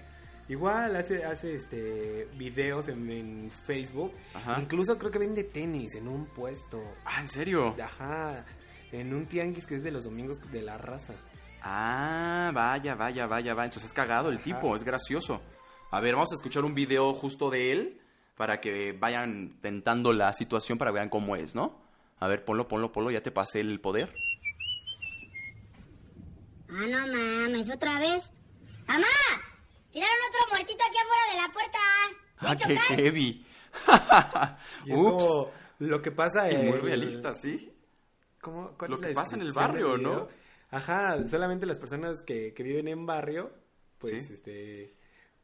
[SPEAKER 4] Igual hace, hace este videos en, en Facebook.
[SPEAKER 2] Ajá.
[SPEAKER 4] Incluso creo que vende tenis en un puesto.
[SPEAKER 2] Ah, ¿en serio?
[SPEAKER 4] Ajá. En un tianguis que es de los domingos de la raza.
[SPEAKER 2] Ah, vaya, vaya, vaya, vaya. Entonces es cagado el tipo, es gracioso. A ver, vamos a escuchar un video justo de él para que vayan tentando la situación para que vean cómo es, ¿no? A ver, ponlo, ponlo, ponlo, ya te pasé el poder.
[SPEAKER 10] Ah, no mames, otra vez. ¡Mamá! Tiraron otro muertito aquí afuera de la puerta.
[SPEAKER 2] Ah, qué
[SPEAKER 10] chocar?
[SPEAKER 2] heavy.
[SPEAKER 4] Y es
[SPEAKER 2] Ups.
[SPEAKER 4] como eh, lo que pasa
[SPEAKER 2] Y
[SPEAKER 4] es.
[SPEAKER 2] muy realista, sí.
[SPEAKER 4] ¿Cómo, cuál
[SPEAKER 2] Lo
[SPEAKER 4] es la
[SPEAKER 2] que pasa en el
[SPEAKER 4] descripción del
[SPEAKER 2] barrio,
[SPEAKER 4] video?
[SPEAKER 2] ¿no?
[SPEAKER 4] Ajá, solamente las personas que, que viven en barrio, pues
[SPEAKER 2] Sí. Ah.
[SPEAKER 4] este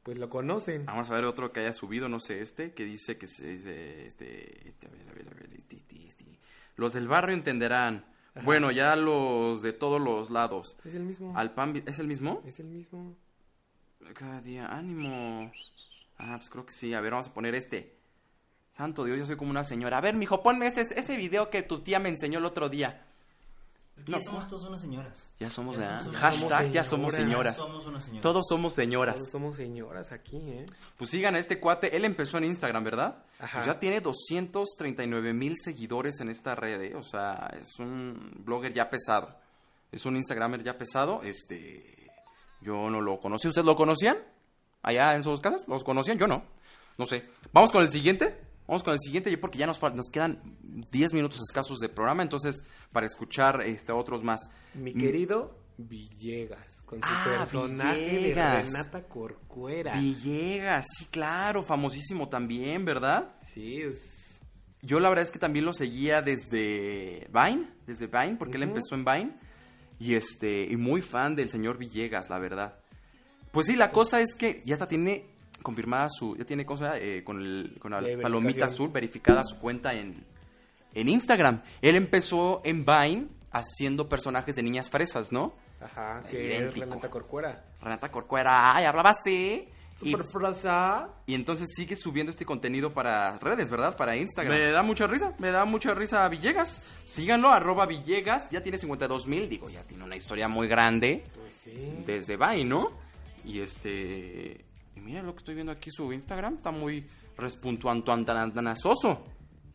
[SPEAKER 4] pues lo conocen.
[SPEAKER 2] Vamos a ver otro que haya subido, no sé, este, que dice que se dice, este, este, a ver, a ver, a ver, este, este, este. Los del barrio entenderán. Bueno, ya los de todos los lados.
[SPEAKER 4] Es el mismo.
[SPEAKER 2] Al pan, vi- ¿es el mismo?
[SPEAKER 4] Es el mismo.
[SPEAKER 2] Cada día, ánimo. Ah, pues creo que sí. A ver, vamos a poner este. Santo Dios, yo soy como una señora. A ver, mijo, ponme este, ese video que tu tía me enseñó el otro día.
[SPEAKER 3] Es que ya somos todos unas señoras.
[SPEAKER 2] Ya somos,
[SPEAKER 3] Ya
[SPEAKER 2] ¿verdad?
[SPEAKER 3] somos unas
[SPEAKER 2] Hashtag, ya
[SPEAKER 4] señoras.
[SPEAKER 2] somos señoras.
[SPEAKER 3] Somos unas señoras.
[SPEAKER 2] Todos somos señoras.
[SPEAKER 4] Todos somos señoras aquí, ¿eh?
[SPEAKER 2] Pues sigan a este cuate. Él empezó en Instagram, ¿verdad?
[SPEAKER 4] Ajá.
[SPEAKER 2] Pues ya tiene 239 mil seguidores en esta red. ¿eh? O sea, es un blogger ya pesado. Es un Instagramer ya pesado. Este. Yo no lo conocí. ¿Ustedes lo conocían? Allá en sus casas. ¿Los conocían? Yo no. No sé. Vamos con el siguiente. Vamos con el siguiente, yo porque ya nos, fal- nos quedan 10 minutos escasos de programa. Entonces, para escuchar este, otros más.
[SPEAKER 4] Mi querido Villegas con su
[SPEAKER 2] Ah,
[SPEAKER 4] personaje de
[SPEAKER 2] Villegas.
[SPEAKER 4] Renata Corcuera.
[SPEAKER 2] Villegas, sí, claro. Famosísimo también, ¿verdad?
[SPEAKER 4] sí, es-
[SPEAKER 2] Yo la verdad es que también lo seguía desde Vine, desde Vine, porque él
[SPEAKER 4] Ujú.
[SPEAKER 2] empezó en Vine. Y este, y muy fan del señor Villegas, la verdad. Pues sí, la cosa es que ya hasta tiene confirmada su, ya tiene cosa eh, con, el, con la
[SPEAKER 4] De
[SPEAKER 2] palomita
[SPEAKER 4] verificación.
[SPEAKER 2] azul verificada su cuenta en, en Instagram. Él empezó en Vine haciendo personajes de niñas fresas, ¿no?
[SPEAKER 4] ajá, que
[SPEAKER 2] Idéntico.
[SPEAKER 4] es Renata Corcuera.
[SPEAKER 2] Renata Corcuera, ay, hablaba así. Y-
[SPEAKER 4] Super frasa.
[SPEAKER 2] y entonces sigue subiendo este contenido para redes, ¿verdad? Para Instagram. Me da mucha risa, me da mucha risa a Villegas. Síganlo, arroba Villegas. Ya tiene 52 mil, digo, ya tiene una historia muy grande
[SPEAKER 4] Pues sí.
[SPEAKER 2] desde Vine, ¿no? Y este... Y mira lo que estoy viendo aquí, su Instagram está muy respuntuantanazoso.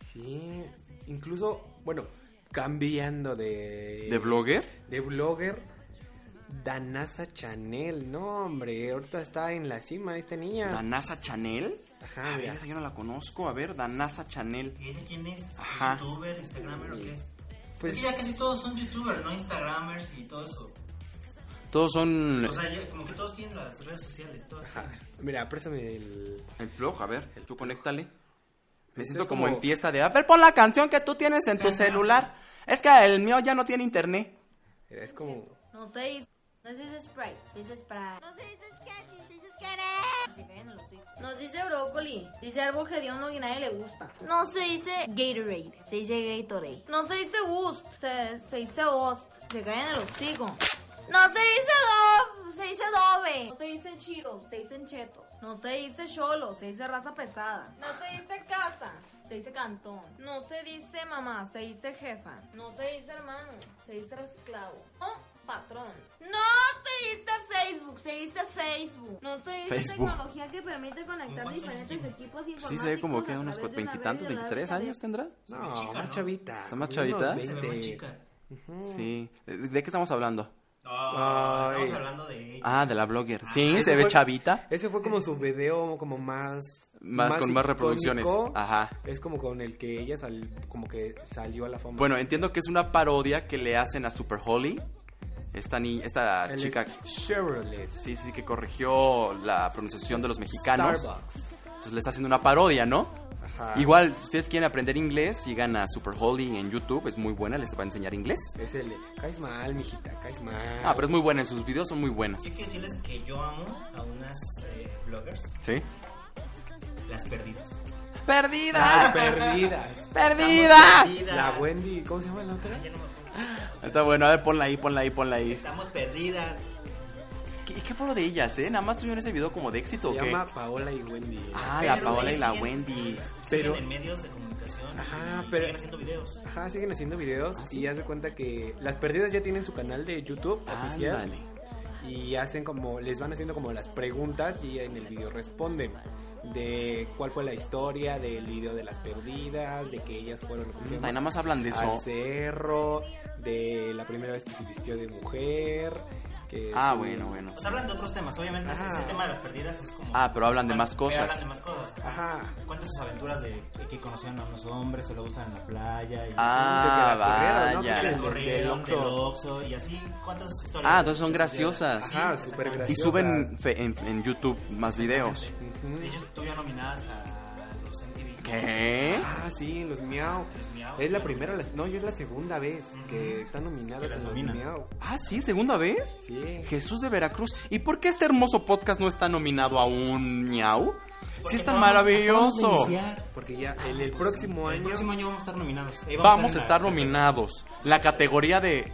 [SPEAKER 4] Sí. Incluso, bueno, cambiando de
[SPEAKER 2] ¿De blogger?
[SPEAKER 4] de blogger Danasa Chanel. No, hombre, ahorita está en la cima esta niña.
[SPEAKER 2] ¿Danasa Chanel?
[SPEAKER 4] Ajá,
[SPEAKER 2] a ver,
[SPEAKER 4] mira.
[SPEAKER 2] esa yo no la conozco. A ver, Danasa Chanel.
[SPEAKER 3] ¿Y ella quién es?
[SPEAKER 2] Ajá.
[SPEAKER 3] ¿Es ¿Youtuber? ¿Instagramer o qué es?
[SPEAKER 4] Pues-
[SPEAKER 3] Pues... Es que ya casi todos son youtubers, ¿no? Instagramers y todo eso.
[SPEAKER 2] Todos son...
[SPEAKER 3] O sea, ya- como que todos tienen las redes sociales. Todos
[SPEAKER 4] Ajá. Mira, préstame el
[SPEAKER 2] El blog, a ver, tú conéctale. Me
[SPEAKER 4] Este
[SPEAKER 2] siento
[SPEAKER 4] es
[SPEAKER 2] como,
[SPEAKER 4] como-
[SPEAKER 2] en fiesta de, a ver, pon la canción que tú tienes en tu celular. Es que el mío ya no tiene internet.
[SPEAKER 4] Es como.
[SPEAKER 12] No se dice. No se dice Sprite, se dice Sprite.
[SPEAKER 10] No se dice casi, se dice querer.
[SPEAKER 12] Se caen en los hijos. No se dice brócoli, dice árbol hediondo y nadie le gusta. No se dice Gatorade, se dice Gatorade. No se dice Boost, se, se dice Ost, se caen en el hocico. No se dice Dove, se dice Dove. No se dice Chiros, se dicen Chetos. No se dice Cholo, se dice raza pesada. No se dice casa, se dice cantón. No se dice mamá, se dice jefa. No se dice hermano, se dice esclavo. No, patrón. No se dice Facebook, se dice Facebook. No se dice
[SPEAKER 2] Facebook.
[SPEAKER 12] tecnología que permite conectar diferentes equipos y
[SPEAKER 2] Sí, se ve como que unos cuat- veintitantos, veintitrés años tendrá.
[SPEAKER 4] No, más chavita.
[SPEAKER 2] ¿Está más
[SPEAKER 4] como
[SPEAKER 2] chavita?
[SPEAKER 4] unos 20.
[SPEAKER 2] Sí. ¿De de qué estamos hablando?
[SPEAKER 4] Ay.
[SPEAKER 3] estamos hablando de ella.
[SPEAKER 2] Ah, de la blogger. Sí,
[SPEAKER 4] Ese
[SPEAKER 2] se ve
[SPEAKER 4] fue-
[SPEAKER 2] chavita.
[SPEAKER 4] Ese fue como su video como más...
[SPEAKER 2] Más- con más reproducciones.
[SPEAKER 4] icónico.
[SPEAKER 2] Ajá.
[SPEAKER 4] Es como con el que ella sal- como que salió a la fama.
[SPEAKER 2] Bueno, entiendo que es una parodia que le hacen a Super Holly. Esta, ni esta
[SPEAKER 4] Él es
[SPEAKER 2] chica.
[SPEAKER 4] Chevrolet.
[SPEAKER 2] Sí, sí, que corrigió la pronunciación de los mexicanos.
[SPEAKER 4] Starbucks.
[SPEAKER 2] Entonces le está haciendo una parodia, ¿no?
[SPEAKER 4] Ajá.
[SPEAKER 2] Igual, si ustedes quieren aprender inglés, sigan a Super Holly en YouTube. Es muy buena, les va a enseñar inglés.
[SPEAKER 4] Es el de, caes mal, mijita, caes mal.
[SPEAKER 2] Ah, pero es muy buena, en sus videos son muy buenas.
[SPEAKER 3] Sí, quiero decirles que yo amo a unas eh, bloggers,
[SPEAKER 2] ¿Sí?
[SPEAKER 3] las perdidas.
[SPEAKER 4] Las
[SPEAKER 2] ¡Perdidas!
[SPEAKER 4] perdidas.
[SPEAKER 2] ¡Perdidas!
[SPEAKER 4] La Wendy, ¿cómo se llama la otra?
[SPEAKER 2] Está bueno, a ver, ponla ahí, ponla ahí, ponla ahí.
[SPEAKER 3] Estamos perdidas.
[SPEAKER 2] ¿Qué, qué fue lo de ellas, eh? Nada más tuvieron ese video como de éxito, ¿o
[SPEAKER 4] Se
[SPEAKER 2] qué?
[SPEAKER 4] llama Paola y Wendy.
[SPEAKER 2] Ah, la
[SPEAKER 3] Pero
[SPEAKER 2] Paola y la
[SPEAKER 3] siguen-
[SPEAKER 2] Wendy.
[SPEAKER 3] Pero
[SPEAKER 4] Pero-
[SPEAKER 3] en medios de comunicación.
[SPEAKER 4] Ajá,
[SPEAKER 3] y
[SPEAKER 4] pero-
[SPEAKER 3] siguen haciendo videos.
[SPEAKER 4] Ajá, siguen haciendo videos
[SPEAKER 2] Ah,
[SPEAKER 4] y haz de cuenta que las perdidas ya tienen su canal de YouTube oficial.
[SPEAKER 2] Ándale. Mm,
[SPEAKER 4] Y hacen como, les van haciendo como las preguntas y en el video responden de cuál fue la historia del video de las perdidas, de que ellas fueron ¿cómo
[SPEAKER 2] Ay,
[SPEAKER 4] se llama?
[SPEAKER 2] nada más hablan de
[SPEAKER 4] al
[SPEAKER 2] eso.
[SPEAKER 4] cerro, de la primera vez que se vistió de mujer. Que
[SPEAKER 2] Ah,
[SPEAKER 4] su-
[SPEAKER 2] bueno, bueno.
[SPEAKER 3] Pues hablan de otros temas, obviamente
[SPEAKER 4] Ajá.
[SPEAKER 3] es el tema de las perdidas es como...
[SPEAKER 2] Ah, pero hablan de más
[SPEAKER 3] Pero
[SPEAKER 2] cosas.
[SPEAKER 3] hablan de más cosas.
[SPEAKER 4] Ajá.
[SPEAKER 3] Cuentan sus aventuras de, de que conocieron a unos hombres, se lo gustan en la playa. Y
[SPEAKER 2] Ah,
[SPEAKER 4] corrieron, ¿no?
[SPEAKER 3] que
[SPEAKER 4] ya.
[SPEAKER 3] las
[SPEAKER 2] vaya.
[SPEAKER 4] del-
[SPEAKER 3] corrieron
[SPEAKER 4] del
[SPEAKER 3] del
[SPEAKER 4] Oxxo.
[SPEAKER 3] Oxxo y así. Cuentan sus historias.
[SPEAKER 2] Ah, entonces son
[SPEAKER 3] Sí,
[SPEAKER 2] graciosas.
[SPEAKER 4] Ajá, súper
[SPEAKER 2] Y
[SPEAKER 4] graciosas.
[SPEAKER 2] suben fe- en, en YouTube más videos.
[SPEAKER 4] Ujú.
[SPEAKER 3] Ellos estuvieron nominadas a los MTV.
[SPEAKER 2] ¿Qué?
[SPEAKER 4] Ah, sí, los miau.
[SPEAKER 3] Los Miau.
[SPEAKER 4] Es la primera, la- no, ya es la segunda vez que están nominadas
[SPEAKER 3] Que las
[SPEAKER 4] en los
[SPEAKER 3] nominan.
[SPEAKER 4] miau.
[SPEAKER 2] Ah, sí, segunda vez.
[SPEAKER 4] Sí.
[SPEAKER 2] Jesús de Veracruz. ¿Y por qué este hermoso podcast no está nominado a un miau? Sí,
[SPEAKER 3] Porque
[SPEAKER 2] está
[SPEAKER 3] acabamos-
[SPEAKER 2] maravilloso.
[SPEAKER 3] acabamos de iniciar.
[SPEAKER 4] Porque ya
[SPEAKER 2] Ah,
[SPEAKER 4] el, el
[SPEAKER 3] Pues,
[SPEAKER 4] próximo
[SPEAKER 3] el
[SPEAKER 4] año
[SPEAKER 3] próximo año vamos a estar nominados. Eh,
[SPEAKER 2] Vamos a
[SPEAKER 3] en la-
[SPEAKER 2] estar nominados. La categoría de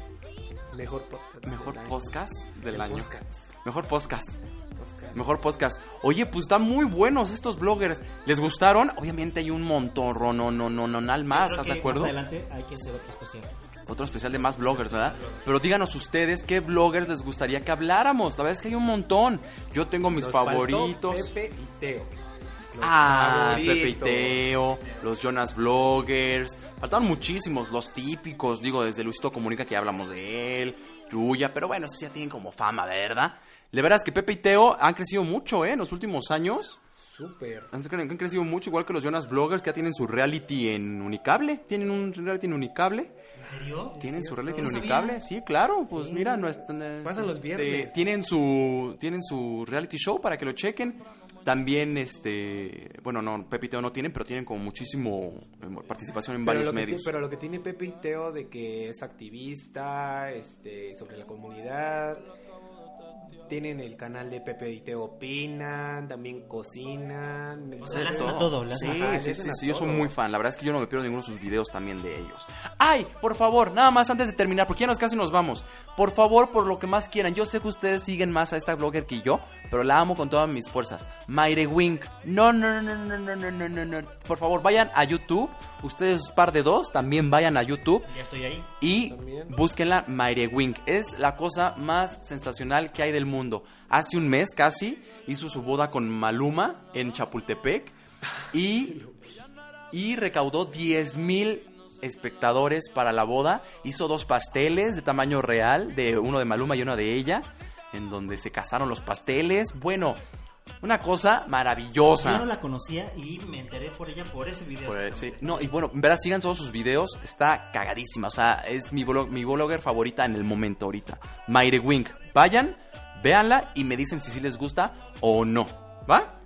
[SPEAKER 4] mejor podcast.
[SPEAKER 2] mejor
[SPEAKER 4] del año.
[SPEAKER 2] podcast del
[SPEAKER 4] El
[SPEAKER 2] año.
[SPEAKER 4] podcast,
[SPEAKER 2] Mejor podcast.
[SPEAKER 4] podcast.
[SPEAKER 2] Mejor podcast. Oye, pues están muy buenos estos bloggers. ¿Les gustaron? Obviamente hay un montón, no, no, no, no, nal
[SPEAKER 3] Yo
[SPEAKER 2] más,
[SPEAKER 3] creo
[SPEAKER 2] ¿estás de
[SPEAKER 3] que
[SPEAKER 2] acuerdo?
[SPEAKER 3] Más adelante hay que hacer otro especial.
[SPEAKER 2] Otro especial de más bloggers, ¿verdad? Pero díganos ustedes qué bloggers les gustaría que habláramos. La verdad es que hay un montón. Yo tengo mis
[SPEAKER 4] Nos faltó
[SPEAKER 2] favoritos.
[SPEAKER 4] Pepe y Teo. Los
[SPEAKER 2] Ah, Pepe y
[SPEAKER 4] favoritos.
[SPEAKER 2] Teo, los Jonas Bloggers. Faltaron muchísimos, los típicos. Digo, desde Luisito Comunica que ya hablamos de él, Yuya, pero bueno, esos ya tienen como fama, ¿verdad? De veras que Pepe y Teo han crecido mucho, ¿eh? En los últimos años.
[SPEAKER 4] Súper.
[SPEAKER 2] Han, han crecido mucho, igual que los Jonas Bloggers, que ya tienen su reality en Unicable. Tienen un reality en Unicable.
[SPEAKER 3] ¿En serio?
[SPEAKER 2] Tienen su reality en
[SPEAKER 3] No sabía.
[SPEAKER 2] Unicable. Sí, claro. Pues mira, no es- este,
[SPEAKER 4] Pasan los viernes.
[SPEAKER 2] tienen su tienen su reality show para que lo chequen. También, este, bueno, no, Pepe y Teo no tienen, pero tienen como muchísimo eh, participación en
[SPEAKER 4] Pero
[SPEAKER 2] varios
[SPEAKER 4] lo, que
[SPEAKER 2] medios.
[SPEAKER 4] tiene, pero lo que tiene Pepe y Teo de que es activista, este, sobre la comunidad, tienen el canal de Pepe y Teo Opinan, también cocinan.
[SPEAKER 3] O sea, le
[SPEAKER 4] entonces-
[SPEAKER 3] hacen a todo, le
[SPEAKER 2] Sí,
[SPEAKER 3] hacen a todo.
[SPEAKER 4] Ajá,
[SPEAKER 2] sí,
[SPEAKER 4] le
[SPEAKER 2] sí,
[SPEAKER 4] hacen a
[SPEAKER 2] sí, yo soy
[SPEAKER 4] todo.
[SPEAKER 2] muy fan. La verdad es que yo no me pierdo ninguno de sus videos también de ellos. ¡Ay! Por favor, nada más antes de terminar, porque ya nos casi nos vamos. Por favor, por lo que más quieran. Yo sé que ustedes siguen más a esta blogger que yo, pero la amo con todas mis fuerzas. Maire Wink. No, no, no, no, no, no, no, no, no. Por favor, vayan a YouTube. Ustedes, par de dos, también vayan a YouTube.
[SPEAKER 3] Ya estoy ahí.
[SPEAKER 2] Y
[SPEAKER 4] También.
[SPEAKER 2] búsquenla Maire Wink. Es la cosa más sensacional que hay del mundo. Hace un mes casi hizo su boda con Maluma en Chapultepec y, y recaudó 10 mil espectadores para la boda. Hizo dos pasteles de tamaño real, de uno de Maluma y uno de ella, en donde se casaron los pasteles. Bueno, una cosa maravillosa.
[SPEAKER 3] Yo no la conocía y me enteré por ella por ese video.
[SPEAKER 2] Por- Ah. Pues sí.
[SPEAKER 3] exactamente.
[SPEAKER 2] No, y bueno, en verdad sigan todos sus videos, está cagadísima, o sea, es mi, blog, mi blogger favorita en el momento ahorita, Maire Wink. Vayan, véanla y me dicen si sí les gusta o no, ¿va?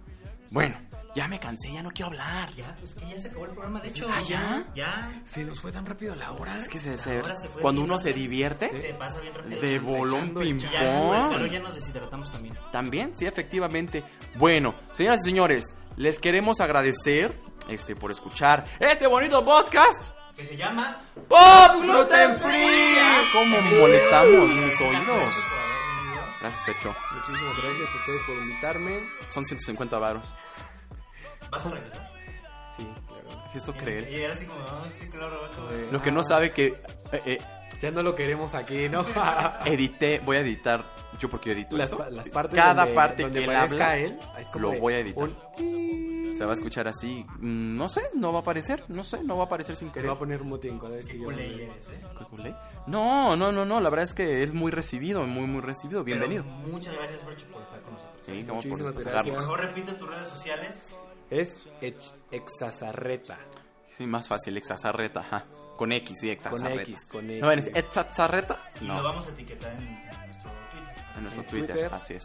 [SPEAKER 2] Bueno, Ya me cansé, ya no quiero hablar.
[SPEAKER 3] Ya, pues, es que ya se acabó el programa, de hecho.
[SPEAKER 2] ¿Ah, ya?
[SPEAKER 3] Pues, Ya.
[SPEAKER 4] Se nos fue tan rápido la hora.
[SPEAKER 2] Es que
[SPEAKER 3] La
[SPEAKER 2] se, se-
[SPEAKER 3] hora se fue
[SPEAKER 2] cuando
[SPEAKER 3] bien
[SPEAKER 2] uno se
[SPEAKER 3] rápido.
[SPEAKER 2] divierte,
[SPEAKER 3] Se pasa bien rápido.
[SPEAKER 2] de
[SPEAKER 3] echando-
[SPEAKER 2] bolón
[SPEAKER 3] echando
[SPEAKER 2] ping
[SPEAKER 3] el chat. Ya,
[SPEAKER 2] pong.
[SPEAKER 3] Pero ya nos deshidratamos también.
[SPEAKER 2] También, sí, efectivamente. Bueno, señoras y señores, les queremos agradecer este por escuchar este bonito podcast.
[SPEAKER 3] Que se llama
[SPEAKER 2] ¡Pop Gluten Free! ¿Cómo molestamos mis oídos? Gracias, Fecho.
[SPEAKER 4] Muchísimas gracias a ustedes por invitarme.
[SPEAKER 2] Son 150 varos.
[SPEAKER 3] Vas a regresar.
[SPEAKER 4] Sí, claro. ah,
[SPEAKER 2] Eso
[SPEAKER 3] Y
[SPEAKER 2] cree.
[SPEAKER 3] era así como, "Ay, sí, claro, vato".
[SPEAKER 2] Lo que no sabe que eh, eh,
[SPEAKER 4] Ya no lo queremos aquí, ¿no?
[SPEAKER 2] edité, voy a editar yo porque yo edito
[SPEAKER 4] las,
[SPEAKER 2] esto.
[SPEAKER 4] pa- las partes
[SPEAKER 2] Cada
[SPEAKER 4] donde-
[SPEAKER 2] parte
[SPEAKER 4] donde
[SPEAKER 2] que él
[SPEAKER 4] aparezca
[SPEAKER 2] habla,
[SPEAKER 4] él, ah, es como
[SPEAKER 2] lo
[SPEAKER 4] de
[SPEAKER 2] voy a editar.
[SPEAKER 4] un-
[SPEAKER 2] Se va a escuchar así, mm, no sé, no va a aparecer, no sé, no va a aparecer sin
[SPEAKER 4] le
[SPEAKER 2] querer.
[SPEAKER 4] va a poner muting cada vez que yo
[SPEAKER 3] culé
[SPEAKER 4] hable.
[SPEAKER 3] eres, eh.
[SPEAKER 2] Culé. No, no, no, no, la verdad es que es muy recibido, muy, muy recibido,
[SPEAKER 3] Pero
[SPEAKER 2] bienvenido.
[SPEAKER 3] Muchas gracias, Fercho, por estar con nosotros.
[SPEAKER 2] Sí, vamos por
[SPEAKER 4] Muchísimas
[SPEAKER 2] sacarlo.
[SPEAKER 3] Por favor, repite tus redes sociales.
[SPEAKER 4] Es ex- exazarreta.
[SPEAKER 2] Sí, más fácil, exazarreta, ajá. Con X, sí, exazarreta.
[SPEAKER 4] X, con X.
[SPEAKER 2] No, ¿es exazarreta?
[SPEAKER 3] Y
[SPEAKER 2] No,
[SPEAKER 3] lo vamos a etiquetar en, en nuestro Twitter. Así
[SPEAKER 2] en nuestro
[SPEAKER 3] que-
[SPEAKER 2] Twitter,
[SPEAKER 4] Twitter.
[SPEAKER 2] así es.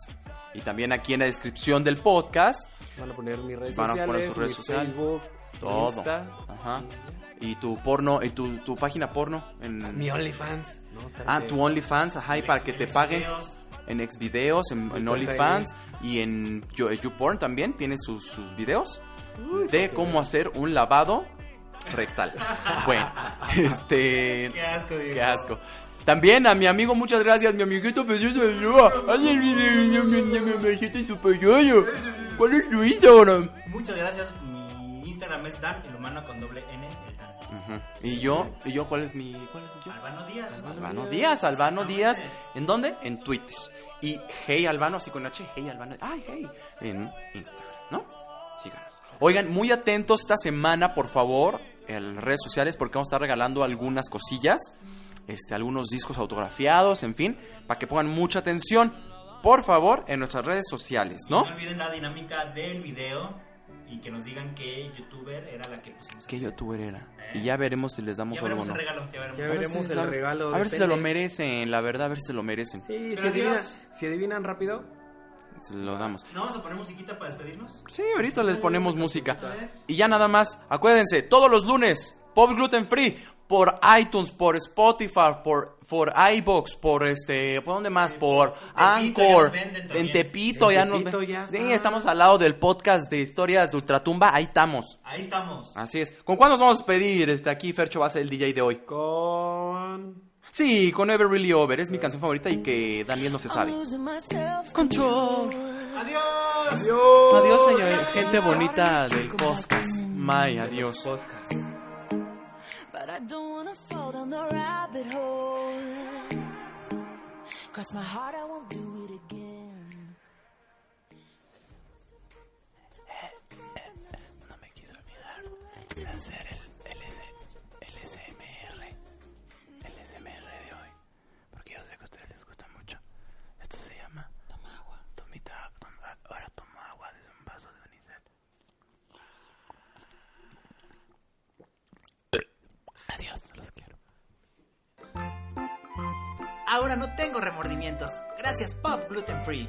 [SPEAKER 2] Y también aquí en la descripción del podcast,
[SPEAKER 4] Van a poner mis redes
[SPEAKER 2] Van a
[SPEAKER 4] sociales,
[SPEAKER 2] poner sus redes
[SPEAKER 4] mi
[SPEAKER 2] sociales.
[SPEAKER 4] Facebook,
[SPEAKER 2] todo.
[SPEAKER 4] Insta,
[SPEAKER 2] Ajá. Y tu porno, y tu, tu página porno. En...
[SPEAKER 4] mi OnlyFans. No, espérate.
[SPEAKER 2] Ah, tu OnlyFans, ajá, y para que te paguen
[SPEAKER 3] videos.
[SPEAKER 2] en Xvideos, en, en
[SPEAKER 4] cuenta
[SPEAKER 2] OnlyFans y en Yo- YouPorn también tiene sus, sus videos
[SPEAKER 4] pues,
[SPEAKER 2] de cómo hacer un lavado rectal. bueno, este...
[SPEAKER 3] Qué asco, Diego.
[SPEAKER 2] Qué asco. También a mi amigo, muchas gracias, mi amiguito precioso de Lua. Hazle mi- mi- mi- mi- mi- mi- mi- tu pequeño. ¿Cuál es tu Instagram?
[SPEAKER 3] Muchas gracias. Mi Instagram es Dan, el humano con doble N, el Dan.
[SPEAKER 2] Ujú. Y yo, y yo, ¿cuál es mi, cuál es yo?
[SPEAKER 3] Albano Díaz. ¿no?
[SPEAKER 2] Albano Díaz, Albano Díaz. ¿En dónde? En Twitter. Y Hey Albano, así con H, Hey Albano. Ay, Hey. En Instagram, ¿no? Síganos. Oigan, muy atentos esta semana, por favor, en las redes sociales, porque vamos a estar regalando algunas cosillas, este, algunos discos autografiados, en fin, para que pongan mucha atención, por favor, en nuestras redes sociales,
[SPEAKER 3] ¿No?
[SPEAKER 2] ¿no?
[SPEAKER 3] olviden la dinámica del video y que nos digan qué youtuber era la que pusimos.
[SPEAKER 2] ¿Qué youtuber era? Y ya veremos si les damos
[SPEAKER 3] ya
[SPEAKER 2] algo o
[SPEAKER 3] veremos
[SPEAKER 2] no.
[SPEAKER 3] el regalo, ya veremos.
[SPEAKER 4] Ya
[SPEAKER 2] A ver
[SPEAKER 4] veremos
[SPEAKER 2] si se
[SPEAKER 4] el
[SPEAKER 2] sabe-
[SPEAKER 4] regalo,
[SPEAKER 2] A ver si se
[SPEAKER 4] depende.
[SPEAKER 2] lo merecen, la verdad, a ver si se lo merecen.
[SPEAKER 4] Sí, si
[SPEAKER 3] Pero
[SPEAKER 4] adivinan,
[SPEAKER 3] Dios.
[SPEAKER 4] si adivinan rápido,
[SPEAKER 2] Se lo damos.
[SPEAKER 3] ¿No vamos a poner musiquita para despedirnos?
[SPEAKER 2] Sí, ahorita les ponemos música. Y ya nada más, acuérdense, todos los lunes, Pop Gluten Free, por iTunes, por Spotify, por, por iBox, por este, ¿por dónde más? Por
[SPEAKER 3] Tepito ya
[SPEAKER 2] Anchor,
[SPEAKER 3] nos venden también.
[SPEAKER 2] en Tepito,
[SPEAKER 4] En
[SPEAKER 2] ya nos
[SPEAKER 4] Tepito
[SPEAKER 2] ven-
[SPEAKER 4] ya
[SPEAKER 2] Sí,
[SPEAKER 4] está.
[SPEAKER 2] estamos al lado del podcast de historias de Ultratumba, ahí estamos.
[SPEAKER 3] Ahí estamos.
[SPEAKER 2] Así es. ¿Con cuál nos vamos a pedir? Este, aquí Fercho va a ser el DJ de hoy.
[SPEAKER 4] con...
[SPEAKER 2] Sí, con Ever Really Over, es mi canción favorita y que Daniel no se sabe. Control.
[SPEAKER 3] ¡Adiós!
[SPEAKER 2] Adiós, señor, gente bonita del podcast. May, adiós.
[SPEAKER 4] Podcast.
[SPEAKER 5] But I don't wanna fall down the rabbit hole. Cross my heart, I won't do it again.
[SPEAKER 2] No me quiso olvidar de hacer el LSMR. El SMR de hoy. Porque yo sé que a ustedes les gusta mucho. Esto se llama Toma agua. Tomita, toma- ahora toma agua desde un vaso de unicel. Adiós, los quiero.
[SPEAKER 3] Ahora no tengo remordimientos. Gracias, Pop Gluten Free.